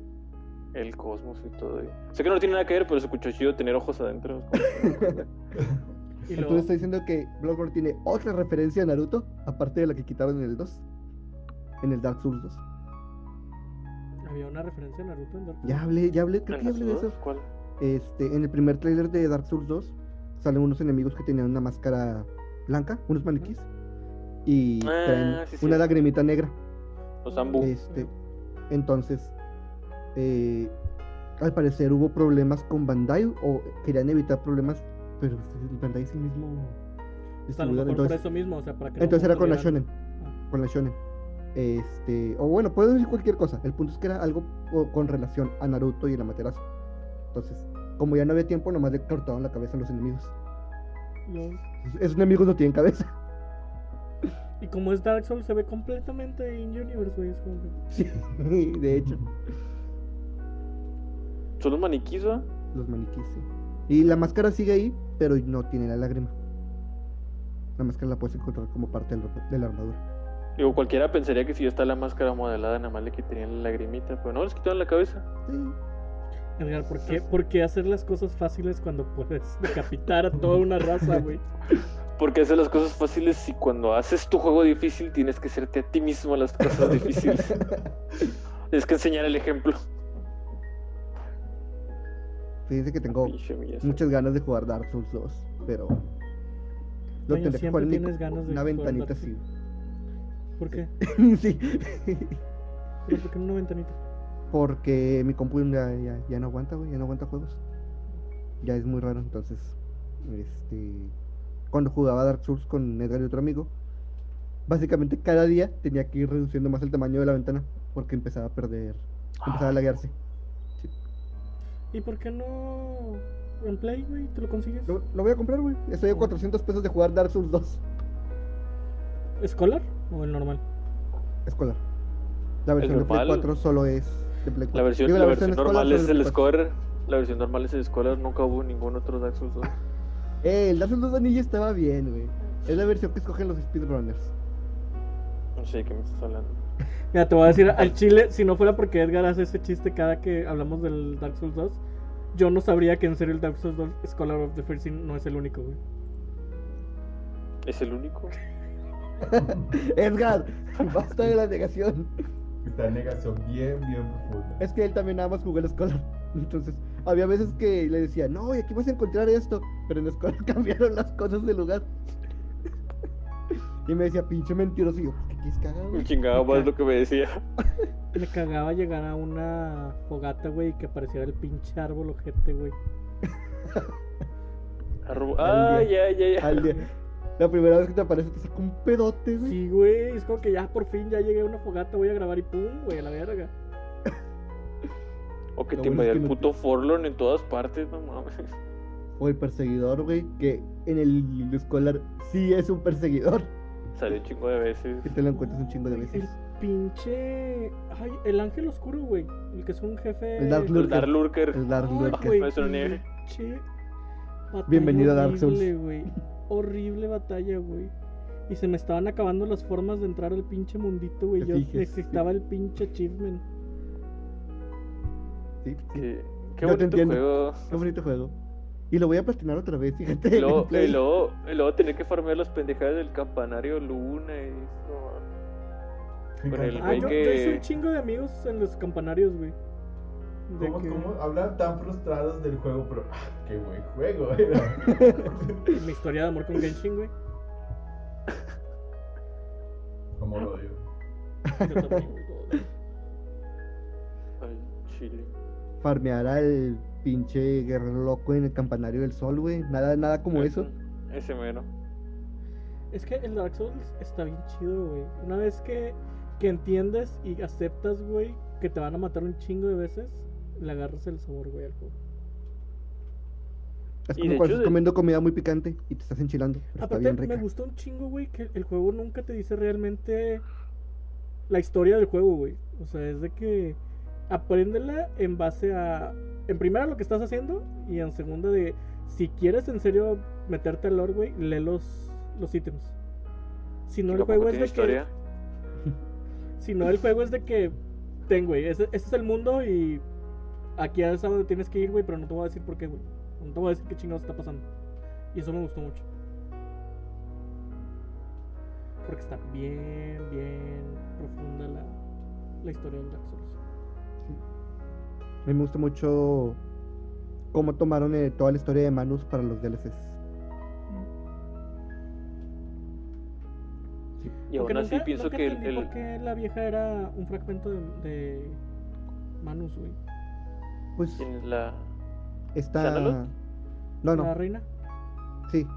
S1: el cosmos y todo. y- Sé que no tiene nada que ver, pero se escuchó chido tener ojos
S2: (laughs)
S1: adentro.
S3: Y
S2: Entonces
S3: luego-
S2: este está diciendo que Bloodborne tiene otra referencia a Naruto, aparte de la que quitaron en el 2. En el Dark Souls 2.
S3: Había una referencia a Naruto en Dark
S2: Ya hablé, ya hablé, creo
S1: ¿En
S2: que ya
S1: las
S2: hablé de
S1: dos?
S2: eso.
S1: ¿Cuál?
S2: Este, en el primer tráiler de Dark Souls 2 salen unos enemigos que tenían una máscara blanca, unos maniquís, y
S1: Ah,
S2: traen
S1: sí,
S2: una
S1: cierto.
S2: lagrimita negra.
S1: Los Ambu.
S3: Eh,
S2: Este, entonces, eh, al parecer hubo problemas con Bandai o querían evitar problemas, pero el Bandai es el mismo
S3: O sea, a lo
S2: distribuidor.
S3: mejor por
S2: Entonces,
S3: eso mismo, o sea, para que
S2: entonces
S3: no
S2: era con la
S3: tuvieran-
S2: Shonen. Con la Shonen. Este, o bueno, puedo decir cualquier cosa. El punto es que era algo o- con relación a Naruto y el Amaterasu. Entonces, como ya no había tiempo, nomás le cortaban la cabeza a los enemigos.
S3: No.
S2: Esos- Esos enemigos no tienen cabeza. (laughs)
S3: Y como es Dark Souls, se ve completamente in universe, güey. Es como que-
S2: Sí, de hecho,
S1: ¿Son los maniquís, va?
S2: los maniquíes, sí. Y la máscara sigue ahí, pero no tiene la lágrima. La máscara la puedes encontrar como parte del ropa- de la armadura.
S1: Digo, cualquiera pensaría que si ya está la máscara modelada, nada más le quitarían la lagrimita, pero no, les quitaron la cabeza.
S2: Sí.
S3: Edgar, ¿por qué, por qué hacer las cosas fáciles cuando puedes decapitar a toda una raza, güey?
S1: Porque hacer las cosas fáciles si cuando haces tu juego difícil tienes que hacerte a ti mismo las cosas
S2: (laughs)
S1: difíciles. Tienes que enseñar el ejemplo.
S2: Fíjense que tengo
S1: Pinche Miyazaki.
S2: muchas ganas de jugar Dark Souls 2, pero Lo
S3: Toño,
S2: tendría que
S3: siempre
S2: jugar en mi-
S3: tienes ganas de
S2: una
S3: jugar
S2: ventanita así.
S3: Battlefield. ¿Por qué?
S2: (laughs) sí.
S3: ¿Pero por qué en una ventanita?
S2: Porque mi compu ya, ya- ya no aguanta, güey, ya no aguanta juegos. Ya es muy raro, entonces. Este. Cuando jugaba Dark Souls con Edgar y otro amigo, básicamente cada día tenía que ir reduciendo más el tamaño de la ventana porque empezaba a perder, empezaba a laguearse.
S3: ¿Y por qué no en Play, güey? ¿Te lo consigues?
S2: Lo, lo voy a comprar, güey. Estoy a 400 pesos de jugar Dark Souls 2
S3: ¿Escolar o el normal?
S2: escolar. La versión de Play
S1: normal?
S2: 4 solo es de Play 4.
S1: La versión,
S2: Digo,
S1: la versión
S2: escolar
S1: normal
S2: solo
S1: es el
S2: Play 4.
S1: Scorer. La versión normal es el Scorer. Nunca hubo ningún otro Dark Souls 2.
S2: Eh, el Dark Souls 2 ni ya estaba bien, güey. Es la versión que escogen los speedrunners.
S1: No sé de qué me estás hablando.
S3: Mira, te voy a decir, al chile, si no fuera porque Edgar hace ese chiste cada que hablamos del Dark Souls 2, yo no sabría que en serio el Dark Souls 2 Scholar of the First Sin no es el único, güey.
S1: ¿Es el
S2: (laughs)
S1: único?
S2: Edgar, (laughs) basta de la negación.
S4: Está en negación bien, bien profunda.
S2: Es que él también nada más jugó el escolar. Entonces, había veces que le decía, no, y aquí vas a encontrar esto. Pero en la escolar (laughs) cambiaron las cosas de lugar. y me decía, pinche mentiroso. Y yo, ¿qué quieres que haga, güey?"
S1: Un chingado más lo que me decía.
S3: Me cagaba llegar a una fogata, güey, y que apareciera el pinche árbol ojete, güey.
S1: Arru- Ah, ya, ya, ya.
S2: Al día- La primera vez que te aparece te saca un pedote, güey.
S3: Sí, güey, es como que ya por fin ya llegué a una fogata, voy a grabar y pum, güey, a la verga.
S1: O que
S2: Lo
S1: te
S2: bueno es
S1: invadía
S2: que
S1: el
S2: no
S1: puto Forlorn en todas partes, no mames. (laughs)
S2: O el perseguidor, güey, que en el escolar sí es un perseguidor.
S1: Salió un chingo de veces.
S2: Que te lo encuentras un chingo de
S3: Ay,
S2: veces.
S3: El pinche. Ay, el ángel oscuro, güey. El que es un jefe.
S2: El Dark Lord.
S1: El Dark Lurker.
S2: El Dark
S3: Ay,
S2: Lurker.
S3: Ah, güey,
S1: Maestro Nieve.
S3: pinche batalla
S2: Bienvenido a Dark Souls.
S3: horrible, güey. Horrible batalla, güey. Y se me estaban acabando las formas de entrar al pinche mundito, güey.
S2: Te
S3: Yo
S2: fijes,
S3: necesitaba el pinche achievement.
S2: Sí, sí.
S1: Qué,
S2: Yo te
S1: qué bonito
S2: entiendo. (laughs)
S1: juego.
S2: Qué bonito juego. Y lo voy a platinar otra vez, fíjate.
S1: Y
S2: (laughs) en
S1: luego,
S2: Play.
S1: y luego, y luego tener que farmear las pendejadas del campanario Luna y eso.
S4: Me
S1: Con
S4: encanta.
S1: el
S3: Ah,
S1: güey
S3: yo,
S1: que-
S3: yo hice un chingo de amigos en los campanarios, güey. De
S4: ¿Cómo,
S3: que-
S4: cómo hablan tan frustrados del juego? Pero, ah, qué buen
S3: (laughs)
S4: juego era.
S3: Mi historia de amor con Genshin, güey.
S4: Como lo odio.
S3: Yo también, güey.
S1: Ay, chile.
S2: Farmear al pinche guerrero loco en el campanario del sol, güey. Nada, nada como eso.
S1: Ese mero.
S3: Es que el Dark Souls está bien chido, güey. Una vez que, que entiendes y aceptas, güey, que te van a matar un chingo de veces, le agarras el sabor, güey, al juego.
S2: Es
S1: Y
S2: como
S1: de
S2: cuando
S1: hecho
S2: estás
S1: de-
S2: comiendo comida muy picante y te estás enchilando. Pero está
S3: Aparte,
S2: bien
S3: me
S2: rica.
S3: gustó un chingo, güey, que el juego nunca te dice realmente la historia del juego, güey. O sea, es de que apréndela en base a. En primera, lo que estás haciendo, y en segunda, de si quieres en serio meterte al lore, güey, lee los, los ítems. Si no, el
S1: Tampoco
S3: juego es
S1: tiene
S3: de que.
S1: historia.
S3: Si no, el juego es de que. Ten, güey. Ese, ese es el mundo y. Aquí es a donde tienes que ir, güey. Pero no te voy a decir por qué, güey. No te voy a decir qué chingados está pasando. Y eso me gustó mucho. Porque está bien, bien profunda la, la historia de Dark Souls.
S2: A mí me gusta mucho cómo tomaron eh, toda la historia de Manus para los DLCs.
S1: Y
S3: Aunque
S1: aún así
S3: nunca-
S1: pienso
S3: nunca
S1: que el,
S3: entendí
S1: el-
S3: por qué la vieja era un fragmento de, de Manus, güey.
S2: Pues
S1: en la...
S2: está.
S1: ¿Xandalot?
S2: No,
S3: La
S2: no,
S3: reina.
S2: sí,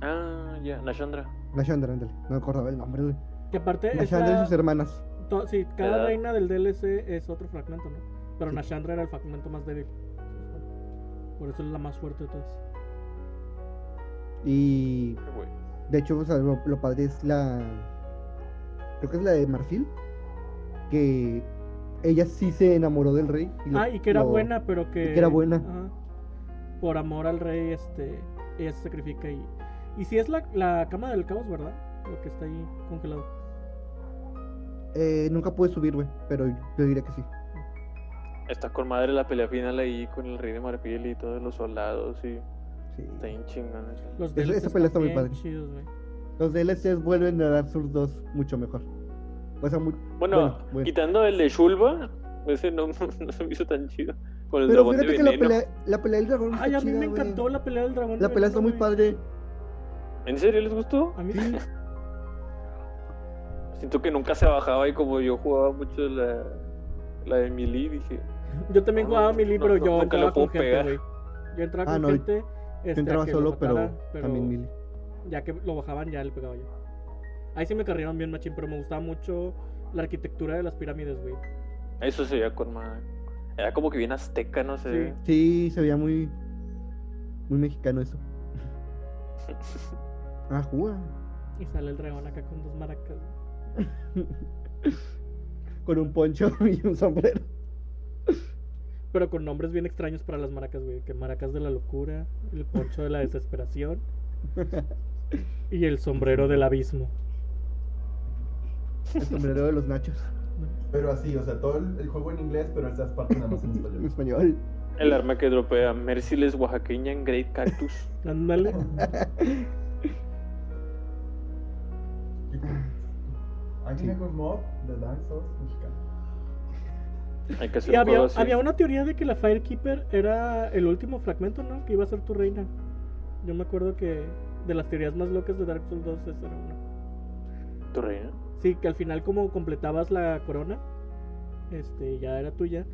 S1: Ah, ya, Nashandra.
S2: la Chandra, ándale. No me acordaba el nombre, güey.
S3: Que aparte
S2: La
S3: Eh, es
S2: Chandra y
S3: la-
S2: sus hermanas.
S3: to- sí, cada
S1: Edad.
S3: reina del DLC es otro fragmento, ¿no? Pero
S2: Sí.
S3: Nashandra era el fragmento más débil. Por eso es la más fuerte de todas.
S2: Y
S1: Qué güey.
S2: De hecho, o sea, lo, lo padre es la. Creo que es la de Marfil. Que ella sí se enamoró del rey. lo-
S3: Ah, y que era
S2: lo-
S3: buena, pero que.
S2: que era buena.
S3: Ajá. por amor al rey, este. Ella se sacrifica y. Y si es la, la cama del caos, ¿verdad? Lo que está ahí congelado.
S2: eh, nunca pude subir, güey. Pero yo diría que sí.
S1: Está con madre la pelea final ahí con el rey de marfil y todos los soldados y
S2: Sí.
S1: está bien chingón. eso.
S3: Los
S2: Esa-
S3: DLCs
S2: esa pelea está muy
S3: están bien
S2: padre.
S3: chidos, güey.
S2: Los DLCs vuelven a Dark Souls 2 mucho mejor. O sea, muy.
S1: Bueno,
S2: Bueno, bueno.
S1: quitando el de Shulba, ese no, (laughs) no se me hizo tan chido. Con el
S2: Pero
S1: dragón de
S2: fíjate que la
S1: veneno.
S2: pelea, la pelea del dragón.
S3: Ay,
S2: está
S3: a mí
S2: chida,
S3: me
S2: güey.
S3: encantó la pelea del dragón.
S2: La
S3: de
S2: pelea está
S3: veneno,
S2: muy
S3: güey.
S2: padre.
S1: ¿En serio les gustó?
S3: A mí sí.
S1: Siento que nunca se bajaba y como yo jugaba mucho la, la de Mili, dije.
S3: (laughs) Yo también
S1: No,
S3: jugaba
S1: no,
S3: mi libro,
S1: no,
S3: yo
S1: nunca lo
S3: entraba
S1: puedo
S3: con gente,
S1: pegar.
S3: güey. Yo entraba
S2: Ah,
S3: con
S2: no,
S3: gente.
S2: Yo
S3: este, a
S2: entraba
S3: que lo
S2: solo, pero
S3: matara, pero
S2: también Mili.
S3: Ya que lo bajaban, ya le pegaba yo. Ahí sí me carrieron bien, machín, pero me gustaba mucho la arquitectura de las pirámides, güey.
S1: Eso se veía con madre. Era como que bien azteca, no sé.
S2: Sí, se veía muy. Muy mexicano eso. Ah, juega.
S3: Y sale el dragón acá con dos maracas.
S2: Con un poncho (laughs) y un sombrero.
S3: Pero con nombres bien extraños para las maracas, güey. Que maracas de la locura, el poncho de la desesperación y el sombrero del abismo.
S2: El sombrero de los nachos.
S4: Pero así, o sea, todo el, el juego en inglés, pero esas partes nada más en
S2: En (laughs)
S4: español.
S2: español.
S1: El arma que dropea Merciless Oaxaqueña en Great
S3: (laughs)
S1: Cactus.
S3: Ándale.
S4: Aquí con mod de Dark Souls mexicano.
S1: Hay que hacer
S3: Y
S1: un
S3: había,
S1: juego así.
S3: había una teoría de que la Firekeeper era el último fragmento, ¿no? Que iba a ser tu reina. Yo me acuerdo que de las teorías más locas de Dark Souls 2, esa era una.
S1: Tu reina.
S3: Sí, que al final como completabas la corona, este, ya era tuya.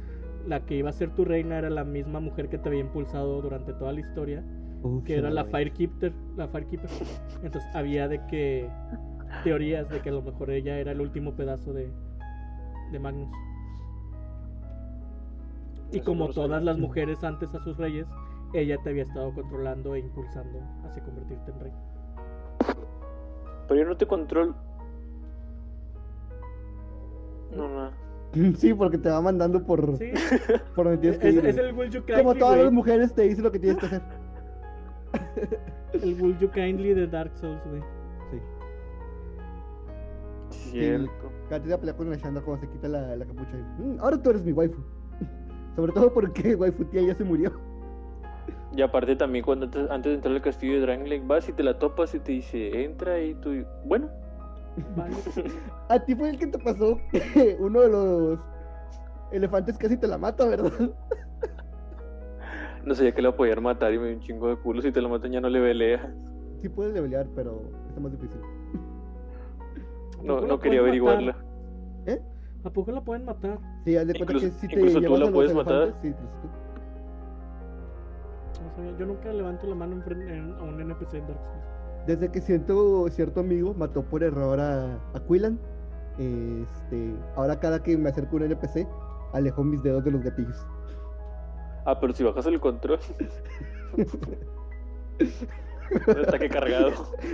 S3: La que iba a ser tu reina era la misma mujer que te había impulsado durante toda la historia,
S2: Uf,
S3: que
S2: se
S3: era
S2: me
S3: la
S2: fue.
S3: Firekeeper, la Firekeeper. Entonces había de que teorías de que a lo mejor ella era el último pedazo de, de Magnus. Y
S1: Eso no
S3: como
S1: lo sabía.
S3: todas las mujeres antes a sus reyes, ella te había estado controlando e impulsando hacia convertirte en rey.
S1: Pero yo no te controlo. No, nada.
S2: (laughs) Sí, porque te va mandando por, (laughs)
S3: Sí,
S2: por donde tienes
S3: es,
S2: que ir.
S3: es
S2: güey.
S3: el Will You
S2: Como
S3: Kindly,
S2: todas
S3: güey.
S2: las mujeres te dice lo que tienes
S3: (laughs)
S2: que hacer.
S3: El Will You Kindly de Dark Souls, güey.
S2: Sí.
S1: Cierto.
S2: Katia pelea con la Shanda cuando se quita la, la capucha. y, "Mm, ahora tú eres mi waifu. (laughs) Sobre todo porque (laughs) waifu tía ya se murió.
S1: Y aparte también cuando antes, antes de entrar al castillo de Drangleic vas y te la topas y te dice, entra y tú, bueno,
S3: Vale.
S2: A ti fue el que (laughs) te pasó uno de los elefantes casi te la mata, ¿verdad? (laughs)
S1: no sabía que la podían matar y me dio un chingo de culo, si te la matan ya no le velea.
S2: Sí puedes levelear, pero está más difícil.
S1: No,
S3: Tampoco
S1: no quería
S3: la pueden matar.
S1: averiguarla.
S3: ¿A poco la pueden matar?
S2: Sí, haz de cuenta
S1: Incluso-
S2: que si te
S1: incluso tú
S2: llevas
S1: la
S2: a los
S1: puedes matar.
S2: elefantes, sí, incluso tú.
S3: No sabía. Yo nunca levanto la mano en frente- en- a un NPC en Dark Souls.
S2: Desde que siento cierto amigo mató por error a, a Quillan, este, ahora cada que me acerco a un NPC, alejo mis dedos de los gatillos.
S1: Ah, pero si bajas el control. Un ataque cargado.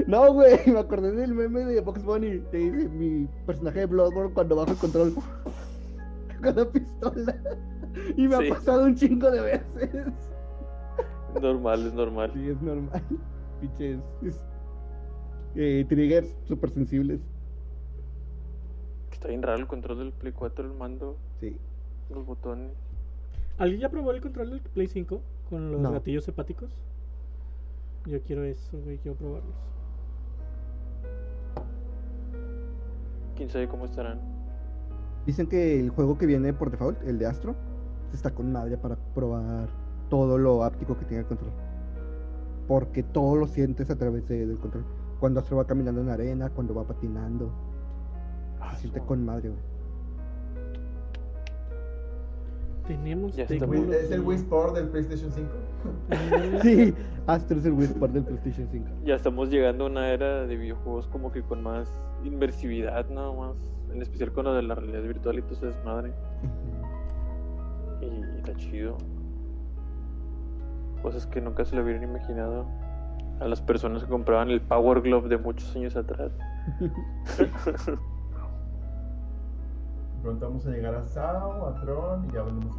S2: No, güey, (laughs) me acordé del meme de Box Bunny, te dice mi personaje de Bloodborne cuando bajo el control (laughs) con la pistola. Y me
S1: Sí.
S2: ha pasado un chingo de veces.
S1: Normal, es normal.
S2: Sí, es normal. (laughs) Pinches. es- eh, triggers súper sensibles.
S1: Está bien raro el control del Play 4, el mando,
S2: Sí.
S1: los botones.
S3: ¿Alguien ya probó el control del Play 5 con los
S2: No.
S3: gatillos hepáticos? Yo quiero eso, güey, quiero probarlos.
S1: Quién sabe cómo estarán.
S2: Dicen que el juego que viene por default, el de Astro, está con madre para probar todo lo áptico que tiene el control. Porque todo lo sientes a través de- del control. Cuando Astro va caminando en la arena, cuando va patinando,
S1: Ah,
S2: se
S1: su
S2: siente
S1: madre.
S2: con madre, güey.
S3: Tenemos
S1: Ya está
S3: tecnología.
S1: muy-
S4: ¿Es el Wii Sport del PlayStation 5?
S3: Ándale.
S2: Sí, Astro es el Wii Sport del PlayStation 5.
S1: Ya estamos llegando a una era de videojuegos como que con más inmersividad, nada más. En especial con lo de la realidad virtual y todo ese desmadre. Y, y está chido. Cosas que nunca se le hubieran imaginado a las personas que compraban el Power Glove de muchos años atrás.
S4: Pronto vamos a llegar a Sao, a Tron y ya veremos.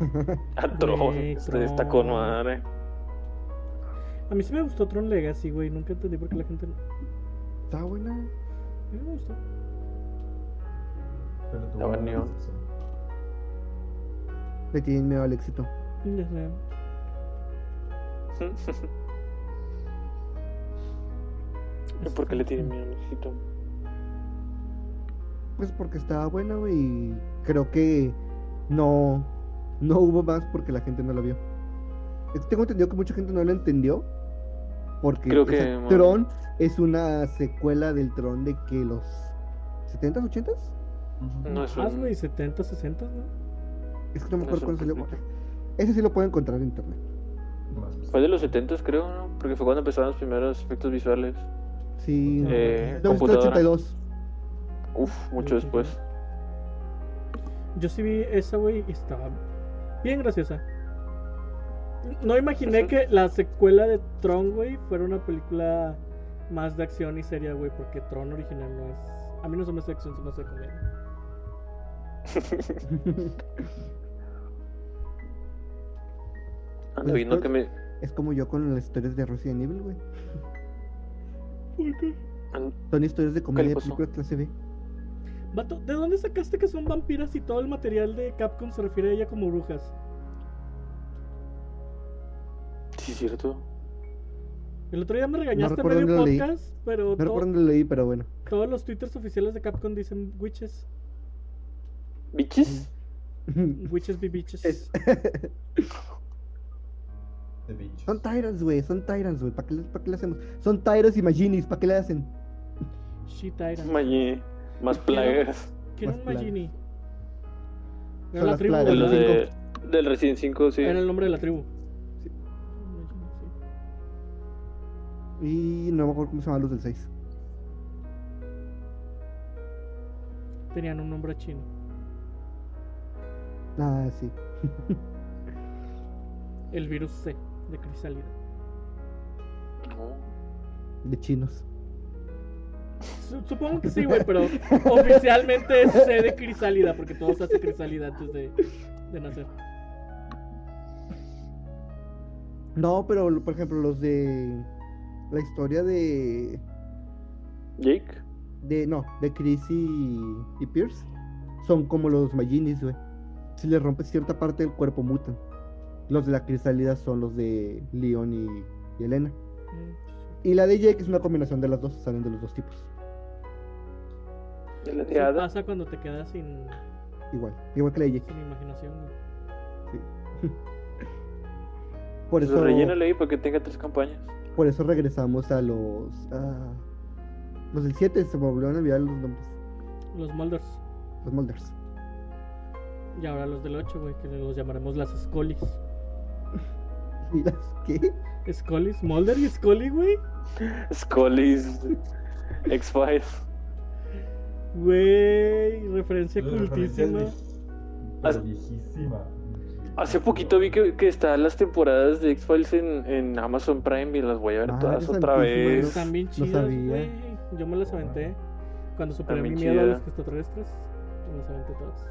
S1: (laughs) A Tron,
S3: Güey,
S1: este está con
S3: Tron.
S1: madre.
S3: (laughs) A mí sí me gustó Tron Legacy, güey. Nunca entendí por qué la gente no. A
S2: Está buena.
S3: mí me gustó.
S4: Pero tú
S1: Ya baneó.
S2: Le tienen miedo al éxito.
S3: Ya sé.
S1: ¿Por qué le tienen miedo al éxito?
S2: Pues porque estaba buena, güey. Y creo que no, no hubo más porque la gente no la vio. Es que Tengo entendido que mucha gente no la entendió. Porque
S1: Creo que,
S2: ese
S1: bueno.
S2: Tron es una secuela del Tron de que los 70s, 80s?
S4: Ujú.
S1: No es
S3: Más, Ah, güey,
S1: un...
S3: 70, 60, ¿no?
S2: Es que no me
S1: No
S2: acuerdo
S1: sé,
S2: cuándo salió.
S1: perfecto.
S2: Ese sí lo puedo encontrar en internet.
S1: Fue de los 70 creo, ¿no? Porque fue cuando empezaron los primeros efectos visuales.
S2: Sí.
S1: Eh,
S2: no,
S1: computadora.
S2: 82.
S1: Uf, mucho después.
S3: Yo sí vi esa, güey, y estaba bien graciosa. No imaginé que la secuela de Tron, güey, fuera una película más de acción y seria, güey, porque Tron original no es. A mí no se me hace acción, se me hace comedia.
S1: Ando viendo
S2: Después-
S1: Ah, que me...
S2: es como yo con las historias de Resident Evil, güey.
S3: ¿Por qué?
S1: an-
S2: Son historias de comedia de
S1: pasó?
S2: películas clase B.
S3: Vato, ¿de dónde sacaste que son vampiras y todo el material de Capcom se refiere a ella como brujas?
S1: Sí, es cierto.
S3: El otro día me regañaste
S2: recuerdo
S3: medio
S2: dónde leí.
S3: podcast, pero
S2: No
S3: to-
S2: recuerdo dónde lo leí, pero bueno. (laughs)
S3: todos los twitters oficiales de Capcom dicen witches.
S1: ¿Bichis?
S3: Witches be bitches.
S2: Es-
S4: The Beach.
S2: son tyrants, güey. Son tyrants, güey. ¿Para qué, le- pa' qué le hacemos? Son tyrants y maginis. ¿Para qué le hacen?
S3: She tyrant.
S1: Mañe. Más plagas.
S3: ¿Quién es
S2: Más plagas.
S3: Magini?
S2: Son
S3: Era la
S2: las
S3: tribu,
S2: plagas,
S1: De los
S3: ¿verdad?
S1: de... Del Resident 5, sí.
S3: Era el nombre de la tribu.
S2: Sí.
S3: Magini, sí.
S2: Y no me acuerdo cómo se llaman los del 6.
S3: Tenían un nombre chino.
S2: Ah, sí.
S3: El virus C de crisálida.
S1: No.
S2: De chinos.
S3: Su- Supongo que sí, güey, pero oficialmente es C de crisálida, porque todos hacen crisálida antes de, de nacer.
S2: No, pero lo- por ejemplo, los de. La historia de.
S1: Jake.
S2: de no, de Chris y, y Pierce. Son como los Maginis, güey. Si les rompes cierta parte del cuerpo, mutan. Los de la crisálida son los de Leon y, y Elena.
S3: Mm,
S2: Y la de Jake es una combinación de las dos, salen de los dos tipos.
S1: De la
S3: Eso
S1: de
S3: pasa cuando te quedas sin,
S2: Igual, igual que la de Jake.
S3: sin imaginación, güey.
S2: Por
S1: Eso
S2: eso,
S1: rellena ahí para que tenga tres campañas.
S2: por eso regresamos a los. a- los del 7, se me volvieron a olvidar los nombres.
S3: Los Molders.
S2: Los Molders. (laughs)
S3: Y ahora los del 8, güey, que los llamaremos las Scolis.
S2: ¿Y las qué?
S3: Scolis, Molder y Scully, güey.
S1: Scully's. X-Files.
S3: Güey, referencia
S4: Una referencia
S3: cultísima.
S4: vieji-
S1: Hace-
S4: Viejísima.
S1: Hace poquito vi que, que están las temporadas de X-Files en, en Amazon Prime y las voy a ver
S2: Madre
S1: todas otra
S2: santísima,
S1: vez.
S3: Están bien
S2: No
S3: chidas,
S2: sabía.
S3: güey. Yo me las aventé cuando superé mi
S1: bien
S3: miedo a
S1: chida.
S3: los extraterrestres. Me las aventé todas.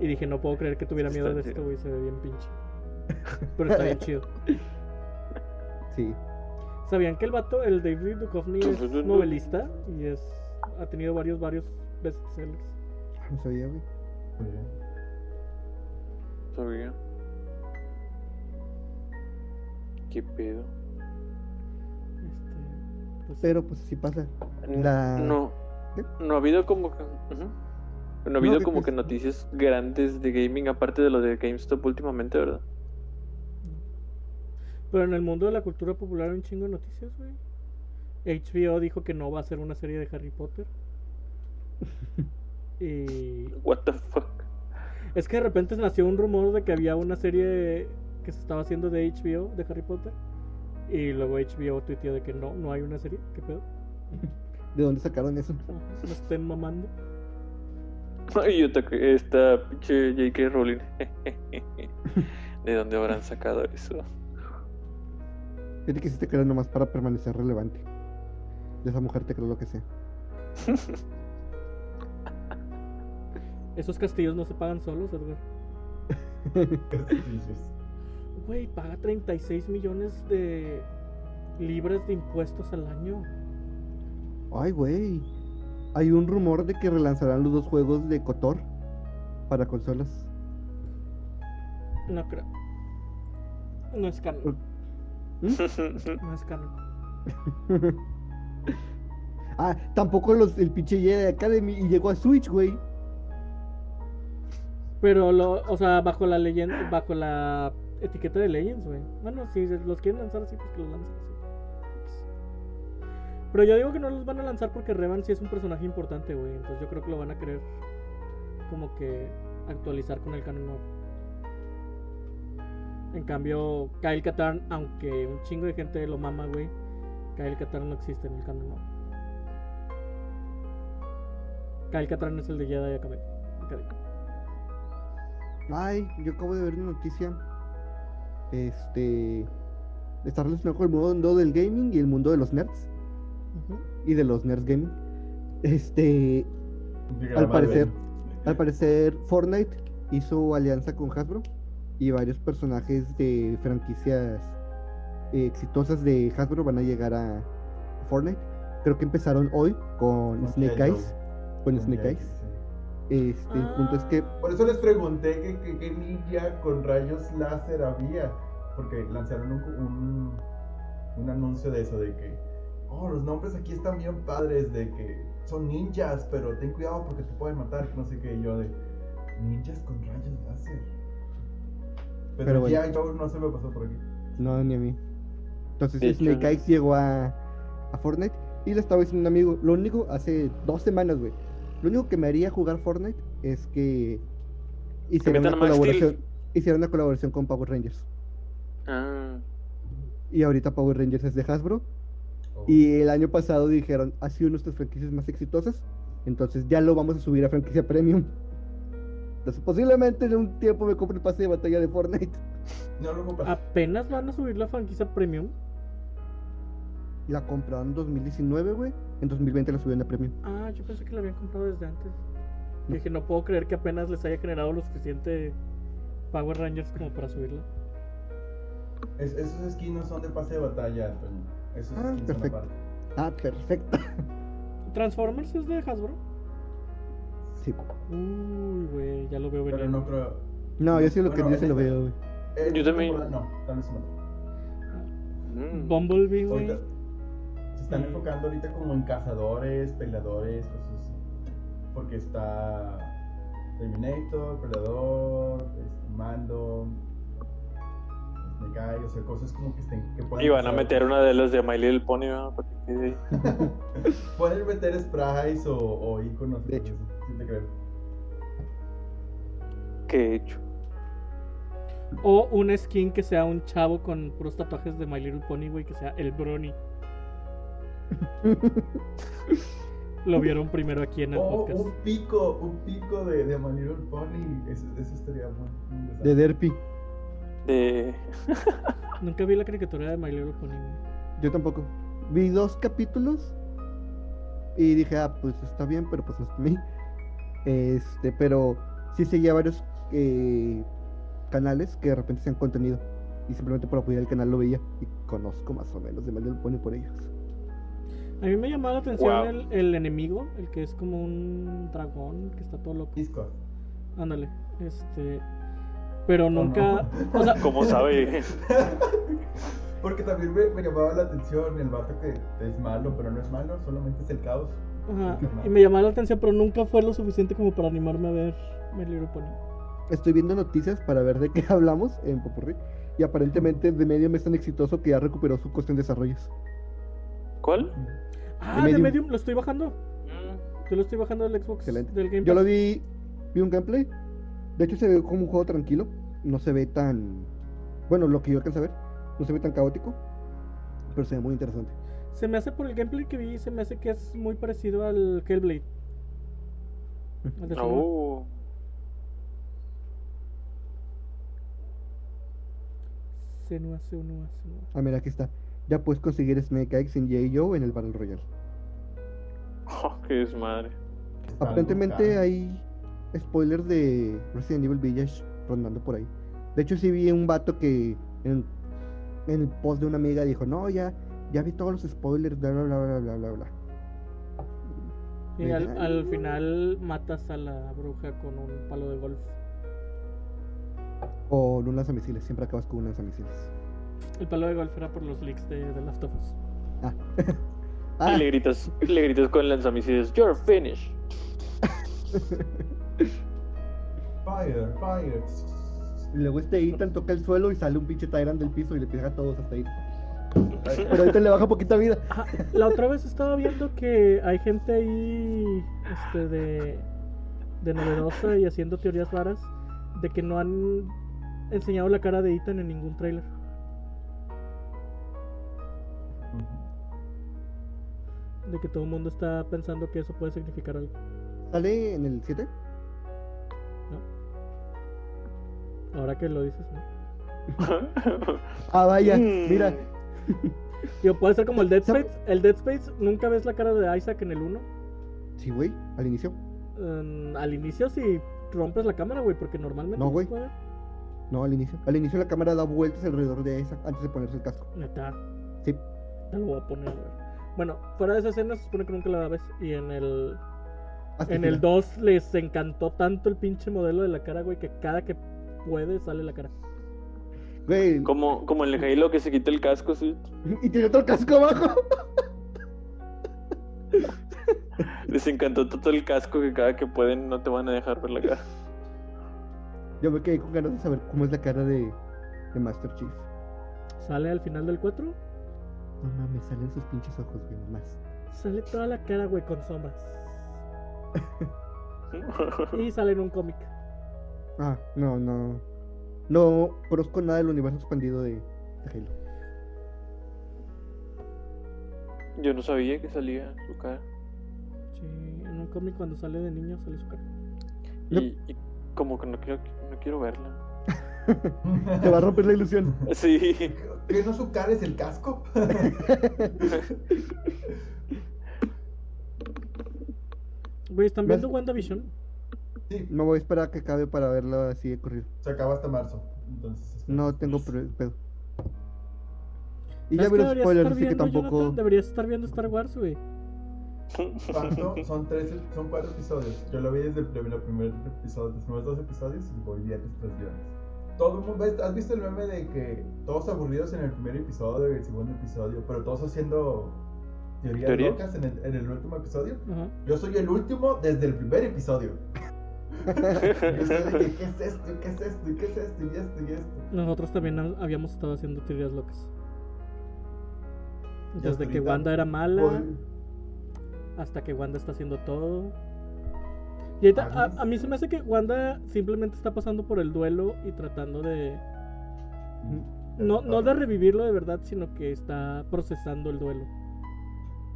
S3: Y dije, no puedo creer que tuviera
S1: Está
S3: miedo de
S1: chido.
S3: esto, güey. Se ve bien
S1: (laughs)
S3: pinche. Pero está bien chido.
S2: Sí.
S3: ¿Sabían que el vato, el David Duchovny, es novelista? Y es ha tenido varios, varios bestsellers.
S2: No sabía, güey.
S1: Sabía. ¿Qué pedo?
S3: Este, pues,
S2: Pero pues sí pasa.
S1: N-
S2: La-
S1: No.
S2: ¿Qué?
S1: No ha habido como que. ujú. No ha habido
S2: ¿qué
S1: como
S2: crees?
S1: que noticias grandes de gaming aparte de lo de GameStop últimamente, ¿verdad?
S3: Pero en el mundo de la cultura popular hay un chingo de noticias, güey. HBO dijo que no va a ser una serie de
S1: (laughs)
S3: Harry Potter. y
S1: What the fuck? (laughs)
S3: es que de repente nació un rumor de que había una serie que se estaba haciendo de HBO, de Harry Potter. Y luego HBO tuiteó de que no, no hay una serie. ¿Qué pedo?
S2: ¿De dónde sacaron eso?
S3: No estén mamando.
S1: Ay, yo te- esta pinche J.K. Rowling. (laughs) ¿De dónde habrán sacado eso? (laughs)
S2: Fíjate que sí te creas nomás para permanecer relevante. De esa mujer te creo lo que sea.
S3: Esos castillos no se pagan solos, Edgar.
S4: Castillos.
S3: Güey, paga 36 millones de libras de impuestos al año.
S2: Ay, güey. Hay un rumor de que relanzarán los dos juegos de Cotor para consolas. (laughs)
S3: No creo. No es canon. No es canon.
S2: ah, tampoco los, el pinche Jedi Academy y llegó a Switch, güey.
S3: Pero lo, o sea, bajo la leyenda, bajo la etiqueta de Legends, güey. Bueno, si se- los quieren lanzar así, pues que los lancen así. Ups. Pero yo digo que no los van a lanzar porque Revan sí es un personaje importante, güey. Entonces yo creo que lo van a querer como que actualizar con el canon nuevo. En cambio, Kyle Katarn, aunque un chingo de gente lo mama, güey, Kyle Katarn no existe en el canon nuevo. Kyle Katarn es el de Jedi Academy. Academy.
S2: Ay, yo acabo de ver una noticia. Este. Está relacionado con el mundo del gaming y el mundo de los nerds. Y de los nerds gaming. Este.
S4: Diagrama de
S2: parecer.
S4: Venn.
S2: Al parecer, Fortnite hizo alianza con Hasbro y varios personajes de franquicias eh, exitosas de Hasbro van a llegar a Fortnite. Creo que empezaron hoy con
S4: Con
S2: Snake
S4: G.I.
S2: Eyes. Con Snake Eyes.
S4: Sí.
S2: Este, el punto es que
S3: Ah.
S4: Por eso les pregunté que, que- que ninja con rayos láser había. Porque lanzaron un, un, un anuncio de eso, de que, oh, los nombres aquí están bien padres, de que son ninjas, pero ten cuidado porque te pueden matar, que no sé qué, y yo de ninjas con rayos láser. Pero,
S2: Pero bueno.
S4: ya yo no se me pasó por aquí.
S2: No, ni a mí. Entonces
S1: De hecho-
S2: Snake Eyes llegó a, a Fortnite y le estaba diciendo a un amigo, lo único, hace dos semanas, güey, lo único que me haría jugar Fortnite es que hicieran
S1: metan
S2: una
S1: a Max Steel.
S2: colaboración, hicieran una colaboración con Power Rangers.
S1: Ah,
S2: Y ahorita Power Rangers es de Hasbro.
S4: Oh.
S2: Y el año pasado dijeron, ha sido una de nuestras franquicias más exitosas, entonces ya lo vamos a subir a franquicia premium. Entonces posiblemente en un tiempo me compre el pase de batalla de Fortnite. (laughs)
S4: Oh. No lo
S2: Ah.
S4: compré.
S3: Apenas van a subir la franquicia premium.
S2: La compraron en 2019, güey. En 2020 la subieron a premium.
S3: Ah, yo pensé que la habían comprado desde antes.
S2: No.
S3: Dije, no puedo creer que apenas les haya generado lo suficiente Power Rangers como para subirla.
S4: Es- esos skins no son de pase de batalla, Antonio. Esos
S2: Ah,
S4: skins
S2: perfecto.
S4: son aparte.
S2: Ah, perfecto.
S3: Transformers es de Hasbro.
S2: Sí.
S3: Uy, güey, ya lo veo venir.
S4: Pero no creo.
S2: No, yo sí lo que
S4: Bueno,
S2: dice lo
S4: en esta-
S2: veo, güey.
S4: eh,
S1: Yo también-
S4: No, tal vez no.
S1: mm.
S3: Bumblebee, güey.
S4: Ahorita se están
S3: Sí.
S4: enfocando ahorita como en cazadores, peleadores, cosas así. Porque está Terminator, Predador, este, Mando, Snake Eyes, o sea, cosas como que estén que pueden
S1: Y van a
S4: usar.
S1: meter una de las de My Little Pony, ¿verdad? Para que quede ahí.
S4: Pueden meter sprites o, o iconos.
S2: De hecho.
S4: Sí te creo.
S1: Qué hecho.
S3: O un skin que sea un chavo con puros tatuajes de My Little Pony, güey, que sea el
S4: (laughs)
S3: Brony. lo vieron primero aquí en el
S4: O
S3: podcast.
S4: un pico, un pico de, de My Little Pony. Eso, eso estaría muy. muy
S2: De
S4: interesante.
S2: Derpy.
S1: De.
S3: Nunca vi la caricatura de My Little Pony, güey.
S2: Yo tampoco. Vi dos capítulos y dije, ah, pues está bien, pero pues no (laughs) es para mí. Este, pero sí seguía varios eh, canales que de repente hacían contenido. Y simplemente por apoyar el canal lo veía. Y conozco más o menos de mal del pone por ellos.
S3: A mí me llamaba la atención
S1: Wow.
S3: el, el enemigo, el que es como un dragón que está todo loco.
S4: Discord.
S3: Ándale, este. Pero
S4: no?
S3: nunca. O sea,
S1: (laughs) ¿Cómo sabe?
S4: (laughs) Porque también me, me llamaba la atención el vato que es malo, pero no es malo, solamente es el caos.
S2: (laughs)
S3: ajá, y me llamaba la atención, pero nunca fue lo suficiente como para animarme a ver My Little Pony.
S2: Estoy viendo noticias para ver de qué (laughs) hablamos en Popurrí. Y aparentemente de medio es tan exitoso que ya recuperó su costo en desarrollos.
S1: ¿Cuál?
S3: Ah, de
S2: Medium.
S3: Medium, lo estoy bajando. Yo lo estoy bajando del Xbox.
S2: Excelente.
S3: Del Game
S2: Yo lo
S3: Pass.
S2: vi, vi un gameplay. De hecho, se ve como un juego tranquilo. No se ve tan. Bueno, lo que yo alcanzo a ver, no se ve tan caótico. Pero se ve muy interesante.
S3: Se me hace por el gameplay que vi, se me hace que es muy parecido al Hellblade. Al de Shimon.
S1: (laughs) Oh.
S3: Senua, Senua, Senua.
S2: Ah, mira, aquí está. Ya puedes conseguir Snake Eyes en J. Joe en el Battle Royale.
S1: Oh, qué desmadre.
S4: Está
S2: Aparentemente
S4: algo
S2: hay spoilers de Resident Evil Village rondando por ahí. De hecho, sí vi un vato que en, en el post de una amiga dijo: No, ya, ya vi todos los spoilers, bla, bla, bla, bla, bla, bla. bla.
S3: Y al,
S2: Mira.
S3: al final matas a la bruja con un palo de golf.
S2: Con un lanzamisiles, siempre acabas con un lanzamisiles.
S3: El palo de golf era por los leaks de, de Last of Us.
S2: Ah,
S1: Y le gritas, y le gritas con lanzamisiles, You're finished.
S4: Fire, fire.
S2: Y luego este Ethan toca el suelo y sale un pinche Tyrant del piso y le pega a todos hasta ahí. Pero Ethan le baja poquita vida.
S3: Ah, la otra vez estaba viendo que hay gente ahí este, de, de novedosa y haciendo teorías raras de que no han enseñado la cara de Ethan en ningún tráiler. De que todo el mundo está pensando que eso puede significar algo.
S2: ¿Sale en el 7?
S3: Ahora que lo dices, ¿no?
S2: Ah, vaya,
S1: Mm.
S2: mira.
S3: Digo, puede ser como el Dead Space. El Dead Space nunca ves la cara de Isaac en el 1.
S2: Sí, güey, al inicio.
S3: Mm, al inicio si rompes la cámara, güey, porque normalmente
S2: No,
S3: se
S2: güey.
S3: puede.
S2: No, al inicio. Al inicio la cámara da vueltas alrededor de esa antes de ponerse el casco.
S3: Neta.
S2: Sí.
S3: Te lo voy a poner, güey. Bueno, fuera de esa escena se supone que nunca la ves. Y en el
S2: Hasta
S3: en
S2: final.
S3: el 2 les encantó tanto el pinche modelo de la cara, güey, que cada que puede sale la cara.
S2: Güey,
S1: Como, como en el Halo que se quita el casco, sí.
S2: y tiene otro casco abajo.
S1: Les encantó todo el casco que cada que pueden no te van a dejar ver la cara. (laughs)
S2: Yo me quedé con ganas de saber cómo es la cara de, de Master Chief.
S3: Sale al final del 4,
S2: No mames, salen sus pinches ojos, güey, más.
S3: sale toda la cara, güey, con sombras. Y sale en un cómic.
S2: Ah, no, no. No conozco nada del universo expandido de, de Halo.
S1: Yo no sabía que salía su cara.
S3: Sí, en un cómic cuando sale de niño sale su cara.
S2: No.
S1: Y, y como que no quiero, no quiero verla.
S2: Te
S4: (laughs)
S2: va a romper la ilusión.
S1: Sí.
S3: (laughs)
S1: (laughs)
S4: ¿Qué no su cara es el casco? (laughs)
S3: Güey, ¿están
S2: ¿Ves?
S3: viendo WandaVision?
S4: sí,
S2: No voy a esperar a que acabe para verla así de corrido.
S4: se acaba hasta marzo. Entonces, espera.
S2: No tengo
S3: Pues
S2: pre- pedo. Y ya vi
S3: ¿Sabes qué
S2: los
S3: Pues
S2: spoilers,
S3: deberías estar
S2: así que
S3: viendo, Jonathan?
S2: tampoco.
S3: Deberías estar viendo Star Wars, güey.
S4: Cuatro- son, tres, son cuatro episodios. Yo lo vi desde el primer, primer episodio, los primeros dos episodios y voy viernes tras viernes. Todo el mundo, ¿ves? ¿has visto el meme de que todos aburridos en el primer episodio y el segundo episodio, pero todos haciendo teorías
S1: ¿Teoría?
S4: locas en el, en el último episodio?
S3: Ajá.
S4: Yo soy el último desde el primer episodio. Yo estoy de que, ¿qué es esto? ¿Qué es esto? ¿Y ¿Qué es esto? ¿Y esto? ¿Y esto?
S3: Nosotros también ha- habíamos estado haciendo teorías locas.
S4: Ya
S3: Desde
S4: hasta
S3: que
S4: ahorita
S3: Wanda era mala,
S4: voy-
S3: hasta que Wanda está haciendo todo. Y ahorita, a, a mí se me hace que Wanda simplemente está pasando por el duelo y tratando de. No, no de revivirlo de verdad, sino que está procesando el duelo.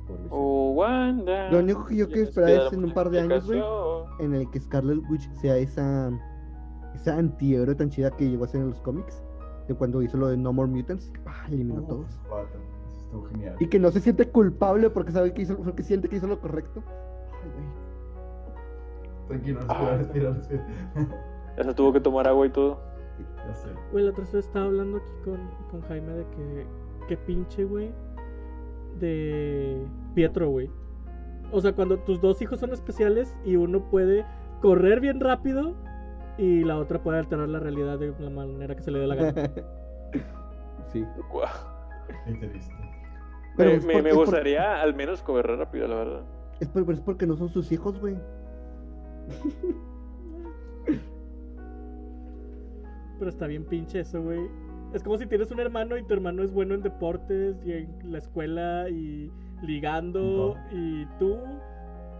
S3: Por Visión.
S1: Oh, Wanda.
S2: Lo único que yo
S1: Tienes
S2: quiero esperar
S1: dar
S2: es en un par de años, güey,
S1: explicación.
S2: en el que Scarlet Witch sea esa, esa antihéroe tan chida que llegó a ser en los cómics, de cuando hizo lo de No More Mutants, que, ah, eliminó a
S4: Uf,
S2: todos.
S4: vato, eso estuvo genial.
S2: Y que no se siente culpable porque sabe que hizo, porque siente que hizo lo
S3: (laughs)
S2: correcto. Ay, güey.
S4: Tranquilo,
S1: Ah.
S4: respira, respira, respira.
S1: Ya se tuvo que tomar agua y todo.
S4: ya sé.
S3: Güey, la otra vez estaba hablando aquí con, con Jaime de que. Que pinche, güey. De Pietro, güey. O sea, cuando tus dos hijos son especiales y uno puede correr bien rápido y la otra puede alterar la realidad de la manera que se le dé
S2: (laughs)
S3: la gana.
S2: sí.
S1: Guau.
S4: Qué triste.
S2: Pero
S1: me,
S2: es
S1: me-
S2: por-
S1: me
S2: es por-
S1: gustaría al menos correr rápido, la
S2: (laughs)
S1: verdad.
S2: Es, por- pero es porque no son sus hijos, güey.
S3: Pero está bien pinche eso, güey. Es como si tienes un hermano y tu hermano es bueno en deportes y en la escuela y ligando
S4: Ujú.
S3: y tú.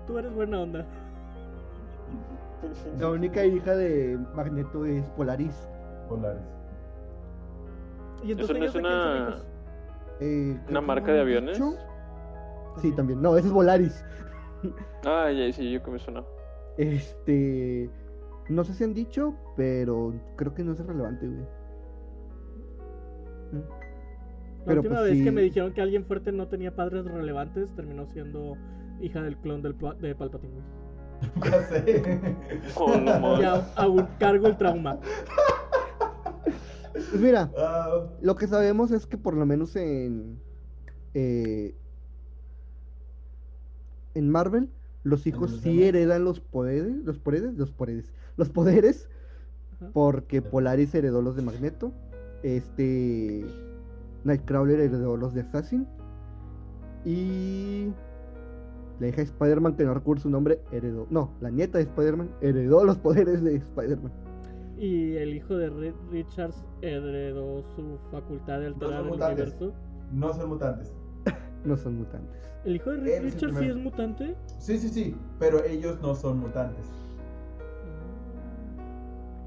S3: Tú eres buena onda.
S2: La única hija de Magneto es Polaris.
S4: Polares.
S3: Y entonces
S1: no es
S3: ellos de quién son
S1: una-
S3: hijos?
S2: Eh, creo
S1: ¿Una
S2: que
S1: marca
S2: no
S1: de
S2: han
S1: aviones?
S2: dicho. Sí, también. No, ese es Volaris.
S1: Ah, ya, sí, yo que me sonó.
S2: Este. No sé si han dicho, pero creo que no es relevante, güey. Mm.
S3: La
S2: Pero
S3: última
S2: pues
S3: vez
S2: sí.
S3: que me dijeron que alguien fuerte no tenía padres relevantes, terminó siendo hija del clon del pla- de Palpatine. güey.
S4: (laughs) Ya sé.
S1: Oh, no, madre.
S3: Y a- aún cargo el trauma.
S2: Pues mira,
S4: Ah,
S2: lo que sabemos es que por lo menos en. eh, en Marvel, los hijos
S4: los
S2: sí
S4: demás.
S2: heredan los poderes. Los poderes, los poderes. Los poderes.
S3: Ajá.
S2: Porque Polaris heredó los de Magneto. Este. Nightcrawler heredó los de Assassin. Y. La hija de Spider-Man, que no recuerdo su nombre, heredó. No, la nieta de Spider-Man heredó los poderes de Spider-Man.
S3: Y el hijo de Reed Richards heredó su facultad de alterar
S4: son
S3: el
S4: mutantes.
S3: universo.
S4: No son mutantes.
S2: No son mutantes.
S3: ¿El hijo de Reed
S4: Él es el
S3: Richards sí
S4: primero.
S3: es mutante?
S4: Sí, sí, sí, pero ellos no son mutantes.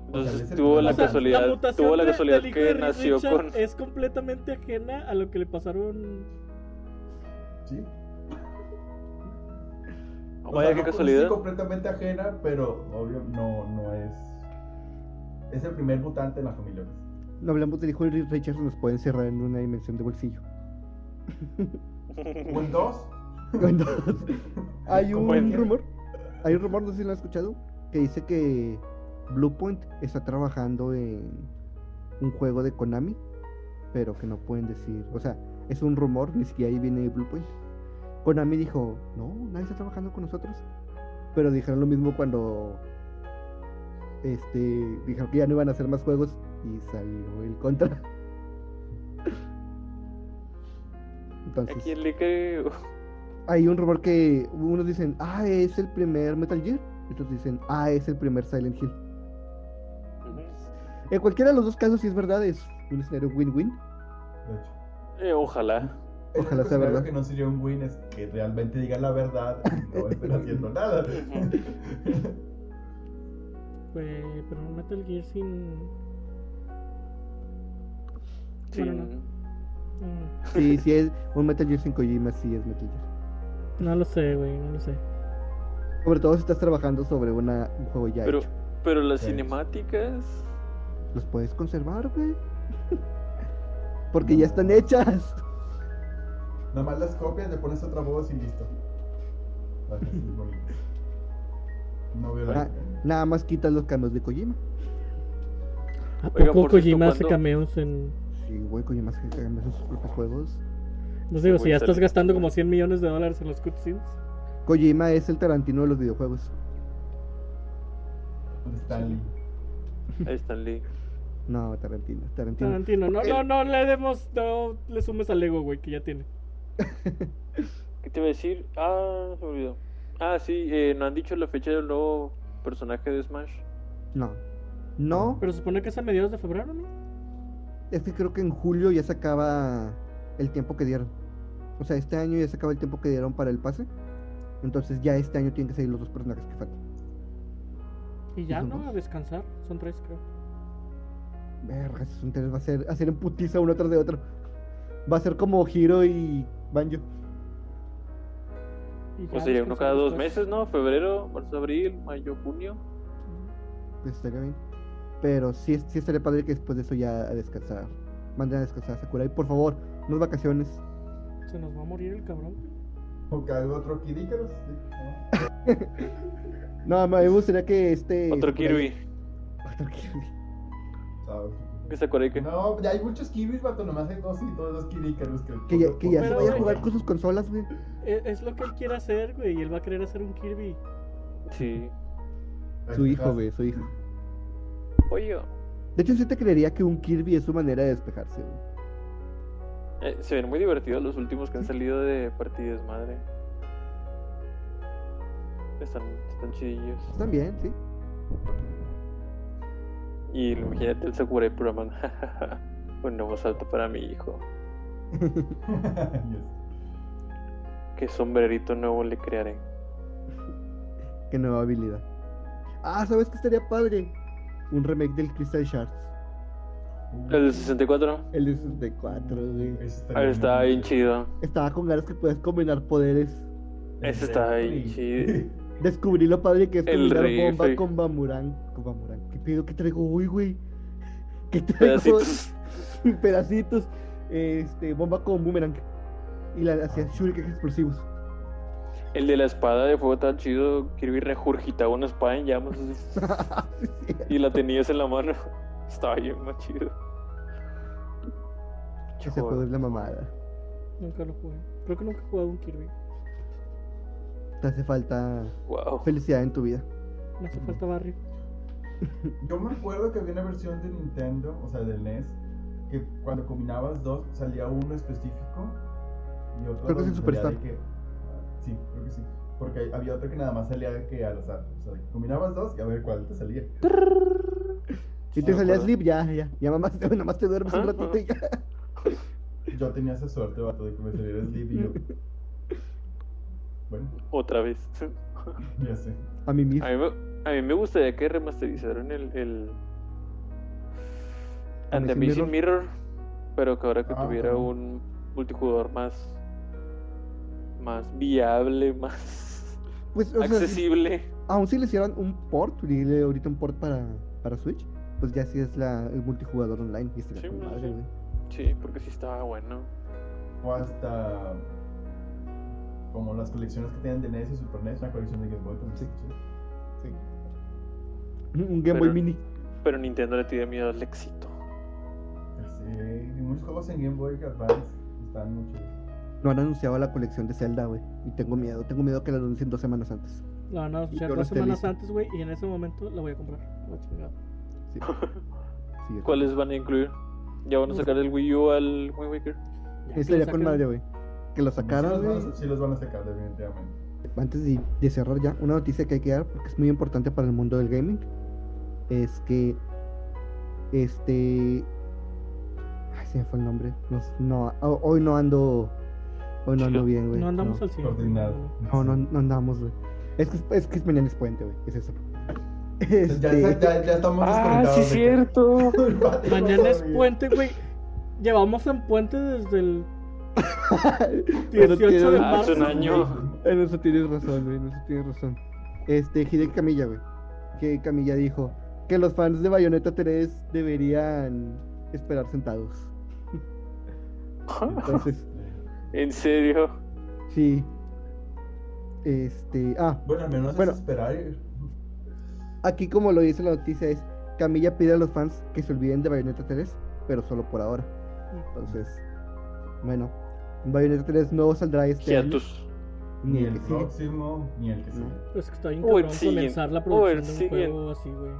S1: Entonces
S4: sea,
S1: tuvo la
S4: o sea, la
S1: casualidad, tuvo la
S3: de-
S1: casualidad
S3: del hijo de
S1: que
S3: Reed
S1: nació
S3: Richards
S1: con
S3: es completamente ajena a lo que le pasaron.
S4: ¿Sí? O
S1: Vaya
S4: sea,
S1: qué
S4: no-
S1: casualidad.
S4: Sí,
S1: (laughs)
S4: completamente ajena, pero obvio no, no es. Es el primer mutante en la familia. pues.
S2: No hablamos del hijo de Reed Richards, nos pueden cerrar en una dimensión de bolsillo. (laughs)
S4: ¿O en dos? Pues,
S2: Entonces, (laughs) hay
S1: Como
S2: un
S1: el-
S2: rumor, hay un rumor, no sé si lo han escuchado, que dice que Bluepoint está trabajando en un juego de Konami, pero que no pueden decir, o sea, es un rumor, ni siquiera ahí viene Bluepoint. Konami dijo, no, nadie está trabajando con nosotros, pero dijeron lo mismo cuando este dijeron que ya no iban a hacer más juegos y salió el contra. (laughs) Entonces,
S1: Aquí el Licker
S2: hay un rumor que unos dicen, ah, es el primer Metal Gear. y Otros dicen, ah, es el primer Silent Hill. En cualquiera de los dos casos, si es verdad, es un escenario win-win.
S4: De hecho.
S1: Eh, ojalá.
S2: Ojalá
S4: El único
S2: sea
S4: escenario
S2: verdad.
S4: que no sería un win es que realmente diga la verdad y
S2: (laughs)
S4: no estén haciendo nada.
S3: Fue, pero un Metal Gear sin.
S1: Sí.
S3: Bueno, no. Mm,
S2: Sí, sí es un Metal Gear 5 Kojima, sí es Metal Gear.
S3: No lo sé, güey, no lo sé.
S2: Sobre todo si estás trabajando sobre una, un juego ya
S1: Pero,
S2: hecho.
S1: pero las
S4: Sí.
S1: cinemáticas.
S2: Los puedes conservar, güey. (laughs) Porque ya están hechas.
S4: Nada más las copias, le pones otra voz y listo. Para que sea bonito. No veo la.
S2: Ah, Nada más quitas los cameos de Kojima.
S3: ¿A
S1: Oiga,
S3: poco
S1: por cierto,
S3: Kojima hace
S1: ¿cuándo-
S3: cameos en.?
S2: Sí, güey, Kojima hace cameos en sus propios juegos.
S3: No digo,
S1: Sí,
S3: si ya
S1: güey,
S3: estás
S1: sale.
S3: gastando como 100 millones de dólares en los cutscenes.
S2: Kojima es el Tarantino de los videojuegos.
S4: Stanley.
S1: Ahí están Lee.
S2: No, Tarantino,
S1: Mm.
S2: Tarantino.
S3: Tarantino, no,
S2: Ok.
S3: no, no le demos, no le sumes al ego, güey, que ya tiene.
S1: ¿Qué te iba a decir? Ah, se me olvidó. Ah, sí, eh, no han dicho la fecha del nuevo personaje de Smash.
S2: No. No,
S3: Pero se supone que es a mediados de febrero, ¿no?
S2: es que creo que en julio ya se acaba el tiempo que dieron. O sea, este año ya se acaba el tiempo que dieron para el pase. Entonces ya este año tienen que salir los dos personajes que faltan.
S3: Y ya,
S2: Son
S3: ¿no?
S2: dos.
S3: A descansar, son tres, creo.
S2: Vergas, esos tres va a ser hacer en putiza uno tras de otro. Va a ser como Hiro y Banjo.
S3: Y ya
S1: O Pues sería uno
S3: descansar
S1: cada dos
S3: después.
S1: meses, ¿no? Febrero, marzo, abril, mayo, junio.
S2: Pues estaría bien. Pero sí, es- sí estaría padre que después de eso ya a descansar. Manden a descansar a Sakurai, por favor, unas vacaciones.
S3: Se nos va a morir el cabrón.
S4: O que haga otro Kid Icarus, sí, ¿no?
S2: No, a mí me gustaría que este.
S1: Otro
S2: Sakurai-
S1: Kirby.
S2: (laughs) Otro Kirby.
S4: Sabes.
S1: Que se acuerde que.
S4: No, ya hay muchos Kirby's, vato, nomás hay dos y todos los Kid Icarus que...
S2: Que ya, que ya se
S3: Pero,
S2: vaya a
S3: güey.
S2: jugar con sus consolas, güey.
S3: Es, E, es lo que él quiere hacer, güey, y él va a querer hacer un Kirby.
S1: Sí.
S2: Su hijo,
S4: (laughs)
S2: güey, su hijo.
S1: Oye,
S2: De hecho, sí te creería que un Kirby es su manera de despejarse. güey.
S1: eh, se ven muy divertidos los últimos que han salido de partidas, madre. Están, están chidillos.
S2: Están bien, Pues sí.
S1: Y imagínate el Sakurai programando. (laughs) Un nuevo salto para mi hijo. Qué sombrerito nuevo le crearé.
S2: Qué nueva habilidad. Ah, ¿sabes qué estaría padre? Un remake del Crystal Shards.
S1: El del 64.
S2: El de 64, güey.
S1: Ahí está bien chido.
S2: Estaba con ganas que puedas combinar poderes.
S1: Ese está bien chido.
S2: Descubrí lo padre que es
S1: El
S2: combinar
S1: rifle.
S2: bomba con Bamurán. Con Bamurán. ¿Qué pido que traigo hoy, güey? (laughs) ¿Qué traigo?
S1: Pedacitos.
S2: (laughs) Pedacitos. Este, bomba con boomerang. Y la
S1: Ah.
S2: hacía shuriken explosivos. (laughs)
S1: El de la espada de fuego tan chido. Kirby regurgitaba una espada en llamas.
S2: Sí, sí.
S1: y la tenías en la mano. (laughs) Estaba bien más chido.
S2: Ese juego es la mamada.
S3: Nunca lo jugué. Creo que nunca he jugado un Kirby.
S2: Te hace falta
S1: Wow.
S2: felicidad en tu vida.
S3: Me hace falta barrio.
S4: (laughs) Yo me acuerdo que había una versión de Nintendo, o sea, del NES, que cuando combinabas dos salía uno específico y otro
S2: Creo que es el
S4: donde salía
S2: Superstar.
S4: de que- ah, sí, creo que sí. Porque hay- había otro que nada más salía de que al azar. O sea, de que combinabas dos y a ver cuál te salía.
S2: Si te
S1: Ah, No me
S2: salía
S1: acuerdo.
S2: sleep, ya, ya. Ya mamás, te- nomás te duermes un
S1: Ajá,
S2: ratito y ya.
S4: Yo tenía esa suerte, vato, de que me saliera Sleep y yo. Bueno,
S1: Otra vez.
S4: ya sé.
S2: A mí mismo.
S1: A mí, me, a mí me gustaría que remasterizaran el. el... And the
S2: Amazing
S1: Amazing Mirror. Pero que ahora que
S4: Ah,
S1: tuviera
S4: también.
S1: un multijugador más. más viable, más
S2: Pues, o sea, si-
S1: accesible.
S2: aún si le hicieran un port, y le ahorita un port para, para Switch, pues ya sí es la, el multijugador online. Y estaría
S1: Sí,
S2: con
S1: no,
S2: madre,
S1: sí.
S2: güey.
S1: Sí, porque sí estaba bueno.
S4: O hasta. Como las colecciones que tienen de NES y Super NES, una colección de Game Boy también.
S2: Sí.
S4: chido.
S2: (laughs) Un Game
S1: Pero-
S2: Boy Mini.
S1: Pero Nintendo le tiene miedo al éxito.
S4: Ya sé. Y muchos juegos en Game Boy Advance están muchos.
S2: No han anunciado la colección de Zelda, güey. Y tengo miedo, tengo miedo que la anuncien dos semanas antes.
S3: No, no, o
S2: Y yo
S3: sea,
S2: no
S3: dos
S2: esté
S3: semanas
S2: listo.
S3: antes, güey, y en ese momento la voy a comprar. La chingada.
S1: (laughs)
S2: Sí. Sí, yo-
S1: ¿Cuáles van a incluir? ¿Ya van a sacar el Wii U al Wind Waker?
S3: Ya que
S2: Eso
S3: lo
S2: ya con
S3: saquen.
S2: madre, güey. Que lo
S4: sí,
S2: sacaran,
S4: los van
S2: güey.
S4: a, sí los van a sacar, definitivamente.
S2: Antes de, de cerrar ya, una noticia que hay que dar, porque es muy importante para el mundo del gaming, es que este... Ay, se me fue el nombre. No, s- no, ho- hoy no ando... Hoy no ando bien, güey.
S3: No andamos al cien.
S4: Coordinado.
S2: No, no, no andamos, güey. Es que es, que es mañana es puente, güey. Es eso.
S4: Ya,
S2: Este,
S4: ya, ya, ya estamos
S1: ¡Ah, sí,
S4: desconectados. de (laughs) que-
S1: cierto!
S4: El vato
S3: Mañana
S4: no
S3: es
S4: sabía.
S3: puente, güey. Llevamos en puente desde el
S2: (laughs) Pero
S3: 18 de
S2: tiene-
S1: Hace un
S3: marzo.
S1: año.
S2: En eso tienes razón, güey, en eso tienes razón. Este, Hideki Camilla, güey. Que Camilla dijo que los fans de Bayonetta 3 deberían esperar sentados. Entonces,
S1: ¿En serio?
S2: sí. Este, ah,
S4: Bueno, al menos
S2: Bueno.
S4: es esperar.
S2: aquí como lo dice la noticia es, Camilla pide a los fans que se olviden de Bayonetta 3, pero solo por ahora. Entonces, bueno, Bayonetta 3 no saldrá este año.
S1: Hiatus.
S4: Ni el
S2: que sigue.
S4: próximo, ni el que sigue.
S3: Pues que está bien
S1: O el
S3: cabrón
S1: siguiente,
S3: comenzar la
S1: o el
S3: producción de un
S1: siguiente.
S3: juego así, güey.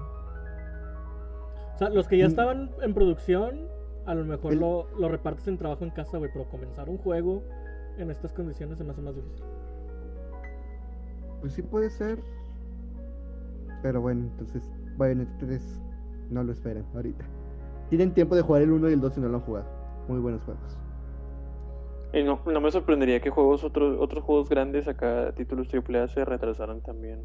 S3: O sea, los que ya
S2: Mm.
S3: estaban en producción, a lo mejor
S2: El-
S3: lo, lo repartes en trabajo en casa, güey, pero comenzar un juego en estas condiciones se me hace más difícil.
S2: Pues sí puede ser. Pero bueno, entonces Bayonetta 3 no lo esperan ahorita. Tienen tiempo de jugar el 1 y el 2 si no lo han jugado. Muy buenos juegos.
S1: Y no, no me sorprendería que juegos otros otros juegos grandes acá, títulos AAA, se retrasaran también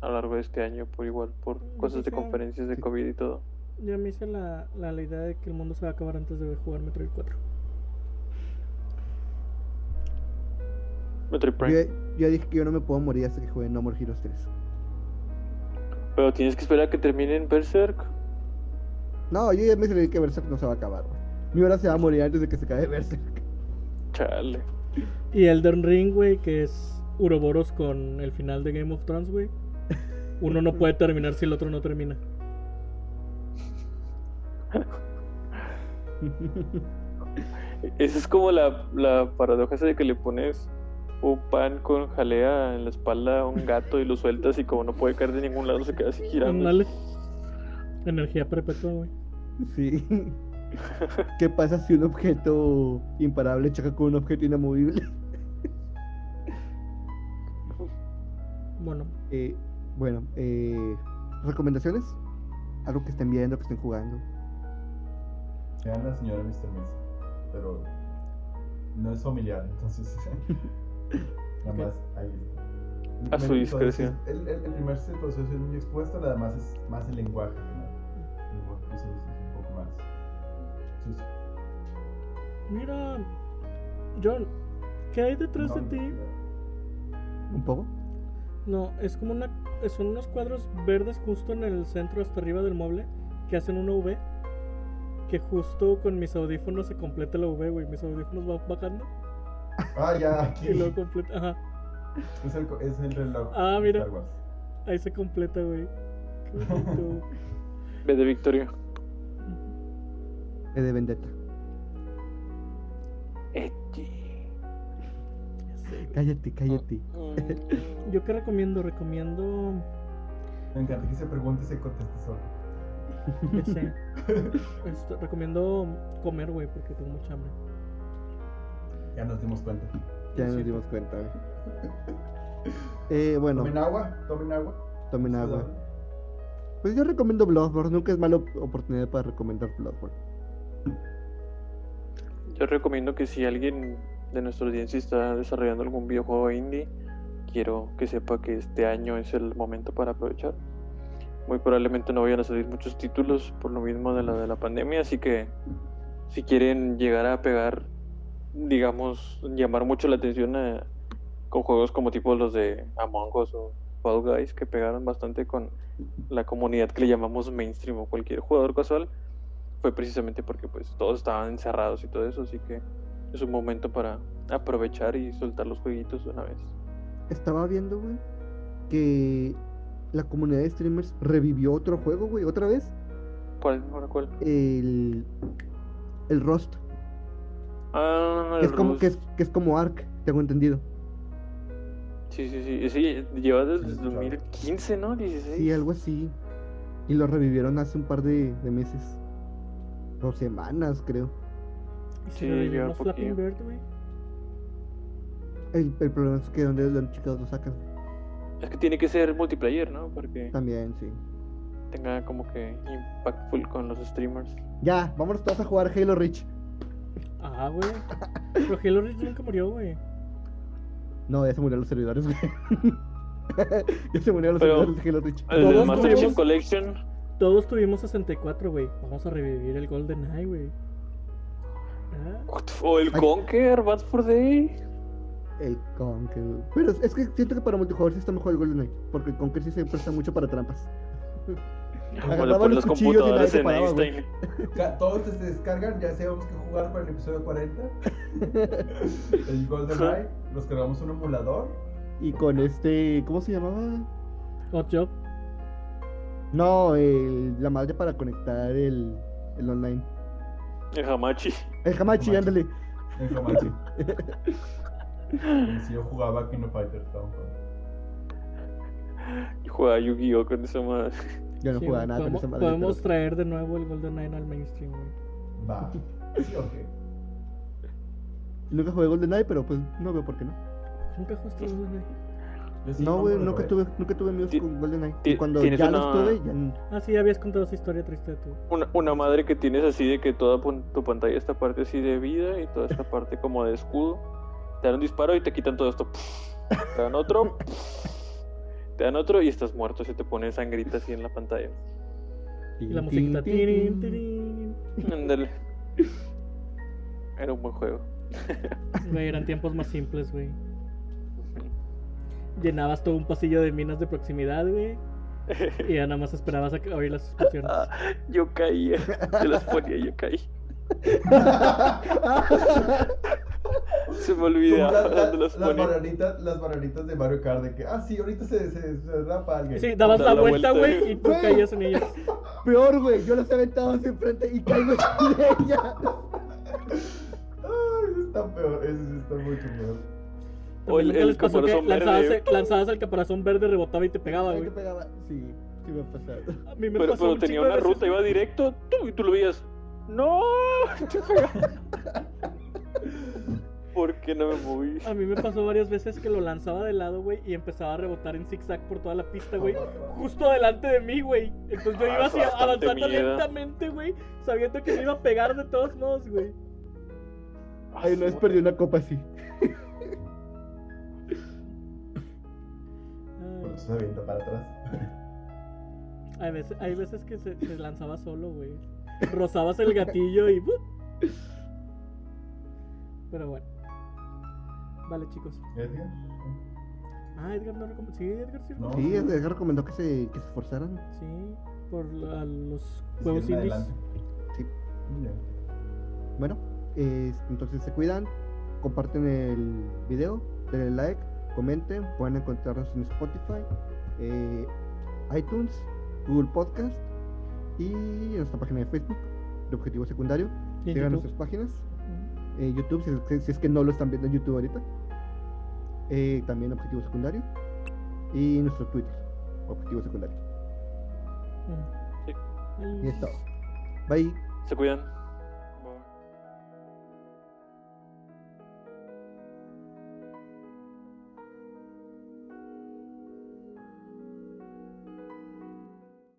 S1: a lo largo de este año, por igual, por
S3: Mm,
S1: cosas de
S3: sí.
S1: conferencias de
S2: Sí.
S1: COVID y todo.
S3: Ya me hice la, la, la idea de que el mundo se va a acabar antes de jugar Metroid 4.
S1: Metroid
S2: Yo
S1: Prime.
S2: ya, yo ya dije que yo no me puedo morir hasta que juegue No More Heroes 3.
S1: Pero tienes que esperar a que terminen Berserk.
S2: No, yo ya me creí que Berserk no se va a acabar. güey. Mi hora se va a morir antes de que se acabe Berserk. (laughs)
S1: Chale.
S3: Y Elden Ring, güey, que es Uroboros con el final de Game of Thrones, güey. Uno no puede terminar si el otro no termina.
S1: Esa es como la, la paradoja esa de que le pones un pan con jalea en la espalda a un gato y lo sueltas y como no puede caer de ningún lado se queda así girando.
S3: Ándale. Energía perpetua, güey.
S2: Sí. ¿Qué pasa si un objeto imparable choca con un objeto inamovible? (laughs)
S3: Bueno,
S2: Eh, bueno, eh, recomendaciones. Algo que estén viendo, que estén jugando.
S4: Vean la señora Mr. Mason. Pero no es familiar, entonces. (laughs) nada más ahí está.
S1: A su
S4: Me-
S1: discreción.
S4: El, el, el primer se proceso es muy expuesto, la demás es más el lenguaje. ¿no? El lenguaje pues, es un poco más. sucio.
S3: mira, John, ¿qué hay detrás
S4: No,
S3: de ti?
S2: ¿Un poco?
S3: No, es como una. Son unos cuadros verdes justo en el centro, hasta arriba del mueble, que hacen una V. Que justo con mis audífonos se completa la V, güey. Mis audífonos van bajando
S4: Ah, ya,
S3: (laughs)
S4: aquí.
S3: y
S4: (laughs)
S3: luego completa. Ajá,
S4: Es el, co- es el reloj.
S3: Ah,
S4: de
S3: mira.
S4: Star Wars.
S3: ahí se completa, güey. Qué bonito.
S1: Ve de Victoria.
S2: Eh, de Vendetta.
S1: (laughs) Echi.
S3: Ya sé, güey.
S2: Cállate, cállate.
S1: Mm.
S3: Yo qué recomiendo, recomiendo.
S4: Me encanta que se pregunte y se conteste solo.
S3: Ya sé. Esto, Este, recomiendo comer, güey, porque tengo mucha hambre.
S4: Ya nos dimos cuenta.
S1: Oh,
S2: Ya nos
S3: cierto.
S2: dimos cuenta, güey. Eh, bueno,
S4: Tomen agua, tomen agua.
S2: tomen agua.
S4: Saludable.
S2: Pues yo recomiendo Bloodborne, nunca es mala op- oportunidad para recomendar Bloodborne.
S1: Yo recomiendo que si alguien de nuestra audiencia está desarrollando algún videojuego indie, quiero que sepa que este año es el momento para aprovechar. Muy probablemente no vayan a salir muchos títulos por lo mismo de la de la pandemia, así que si quieren llegar a pegar, digamos, llamar mucho la atención a- con juegos como tipo los de Among Us o Fall Guys, que pegaron bastante con la comunidad que le llamamos mainstream o cualquier jugador casual, fue precisamente porque pues todos estaban encerrados y todo eso, así que es un momento para aprovechar y soltar los jueguitos de una vez.
S2: Estaba viendo, güey, que la comunidad de streamers revivió otro juego, güey, otra vez.
S1: ¿Cuál? ¿Ahora cuál?
S2: El. El Rust.
S1: Ah, no, no,
S2: que
S1: el
S2: es como,
S1: Rust.
S2: que es, que es como Ark, tengo entendido.
S1: Sí, sí, sí. Sí, lleva desde
S4: Sí, claro.
S1: 2015, ¿no? 16.
S2: Sí, algo así. Y lo revivieron hace un par de, de meses. O semanas, creo.
S3: Y si
S1: Sí,
S3: le
S1: lleva
S3: llamamos Flapping
S1: poquillo.
S3: Bird, güey.
S2: El, el problema es que donde los chicos lo sacan.
S1: Es que tiene que ser multiplayer, ¿no? Para que
S2: También, sí. Ah.
S1: tenga como que impactful con los streamers.
S2: Ya, vámonos todos a jugar Halo Reach.
S3: Ah, güey. Pero Halo Reach nunca murió, güey.
S2: No, ya se murieron los servidores, güey. (laughs) ya se murieron los
S1: Pero-
S2: servidores de Halo Reach.
S1: El
S3: Todos
S1: de Master Chief
S3: tuvimos-
S1: Collection.
S3: Todos tuvimos 64, güey. Vamos a revivir el Golden Eye, güey. Ah,
S1: O el
S2: Ay.
S1: Conquer, Bad for Day.
S2: El Conquer. güey. Pero es- es que siento que para multijugador sí está mejor el Golden Knight. Porque el Conquer sí se presta mucho para trampas.
S1: (laughs) Como le
S2: Agarraban
S1: ponen
S2: los
S1: las
S2: cuchillos y nadie
S1: computadoras
S2: se
S1: en
S2: paraba, güey.
S1: Einstein.
S4: Ca- Todos se descargan, ya sabemos que jugar para el episodio
S2: (laughs)
S4: 40. el GoldenEye, nos cargamos un emulador.
S2: Y con este. ¿Cómo se llamaba?
S3: Odd Job.
S2: No, el- la madre para conectar el, el online.
S1: El Hamachi.
S2: El Hamachi,
S4: Hamachi.
S2: ándale.
S4: En Hamachi.
S2: (laughs)
S4: Y si yo jugaba Kino Fighter, estaba jugando.
S1: Y jugaba Yu-Gi-Oh! con esa madre.
S2: Yo no
S3: Sí,
S2: jugaba
S3: güey.
S2: nada con
S3: podemos,
S2: esa madre.
S3: podemos
S2: pero-
S3: traer de nuevo el Golden Eye al mainstream, güey.
S4: Va. Sí, ok.
S2: Nunca jugué GoldenEye, pero pues no veo por qué no.
S3: Nunca jugaste el este Golden Eye.
S4: Yo sí
S2: No, güey,
S4: me lo
S2: nunca
S4: acabé.
S2: tuve, nunca tuve amigos
S1: Ti-
S2: con GoldenEye. Y
S1: ti-
S2: cuando
S1: tienes
S2: ya
S1: una-
S2: los tuve, ya n-
S3: Ah, sí, habías contado esa historia triste de tu.
S1: Una, una madre que tienes así de que toda pun- tu pantalla, esta parte así de vida y toda esta parte como de escudo. Te dan un disparo y te quitan todo esto. Te dan otro. Te dan otro y estás muerto. Se te pone sangrita así en la pantalla.
S3: Y
S2: tin,
S3: la
S2: tin,
S3: musiquita.
S2: tin,
S3: tirin,
S2: tin.
S3: tirin.
S1: Ándale. Era un buen juego.
S3: Güey, eran tiempos más simples, güey. Llenabas todo un pasillo de minas de proximidad, güey. Y ya nada más esperabas a que- a oír las explosiones.
S1: (laughs) Yo caía. Te las ponía, yo caí. Se me
S4: Como
S1: olvidaba
S4: la- la-
S1: dónde las
S4: las,
S1: ponía.
S4: bananitas, las bananitas de Mario Kart, de que, ah, sí, ahorita se, se, se rapa alguien.
S3: Sí, dabas
S1: Da
S3: la,
S1: la
S3: vuelta,
S1: vuelta,
S3: güey, y tú
S2: güey.
S3: caías en ellas.
S2: Peor, güey, yo los aventaba hacia enfrente y caigo (laughs) en ella.
S4: Ay, eso está peor, eso sí está mucho peor.
S1: O el-
S3: Nunca
S1: el
S3: les pasó que
S1: caparazón verde,
S3: lanzabas,
S1: güey.
S3: lanzabas el caparazón verde, rebotaba y te pegaba,
S2: Ahí
S3: güey.
S2: te pegaba. Sí, sí me ha pasado.
S3: A mí me
S1: Pero,
S3: pasó
S1: pero
S3: un
S1: tenía
S3: chingo de
S1: una
S3: veces.
S1: ruta, iba directo tú, y tú lo veías. ¡No!
S3: (laughs)
S1: Te pegaba. ¿Por qué no me moví?
S3: A mí me pasó varias veces que lo lanzaba de lado, güey, y empezaba a rebotar en zigzag por toda la pista, güey. Justo delante de mí, güey. Entonces yo
S1: Ah, eso
S3: iba hacia,
S1: bastante
S3: avanzando
S1: miedo.
S3: lentamente, güey, sabiendo que me iba a pegar de todos modos, güey.
S2: Ay, una vez perdí una copa así.
S4: Porque
S3: Ay,
S4: pues, se avienta para atrás.
S3: Hay veces, hay veces que se, se lanzaba solo, güey. Rozabas el gatillo y. ¡bup! Pero bueno. Vale, chicos.
S4: Edgar,
S3: Ah, Edgar no recomendó. Sí, Edgar sí
S4: No.
S3: recomendó.
S2: Sí, Edgar recomendó que se, que se esforzaran.
S3: Sí, por la- los juegos
S4: siguen
S3: indies.
S4: adelante.
S2: Sí.
S4: Muy bien.
S2: Bueno, eh, entonces se cuidan, comparten el video, denle like, comenten, pueden encontrarnos en Spotify, eh, iTunes, Google Podcast y en nuestra página de Facebook de Objetivo Secundario.
S3: Y en
S2: Sigan
S3: YouTube. Mm,
S2: nuestras páginas, eh, YouTube, si es, que, si es que no lo están viendo en YouTube ahorita. Eh, también Objetivo Secundario y nuestro Twitter, Objetivo Secundario.
S3: Ujú.
S1: Sí.
S2: Y es todo. Bye.
S1: Se cuidan.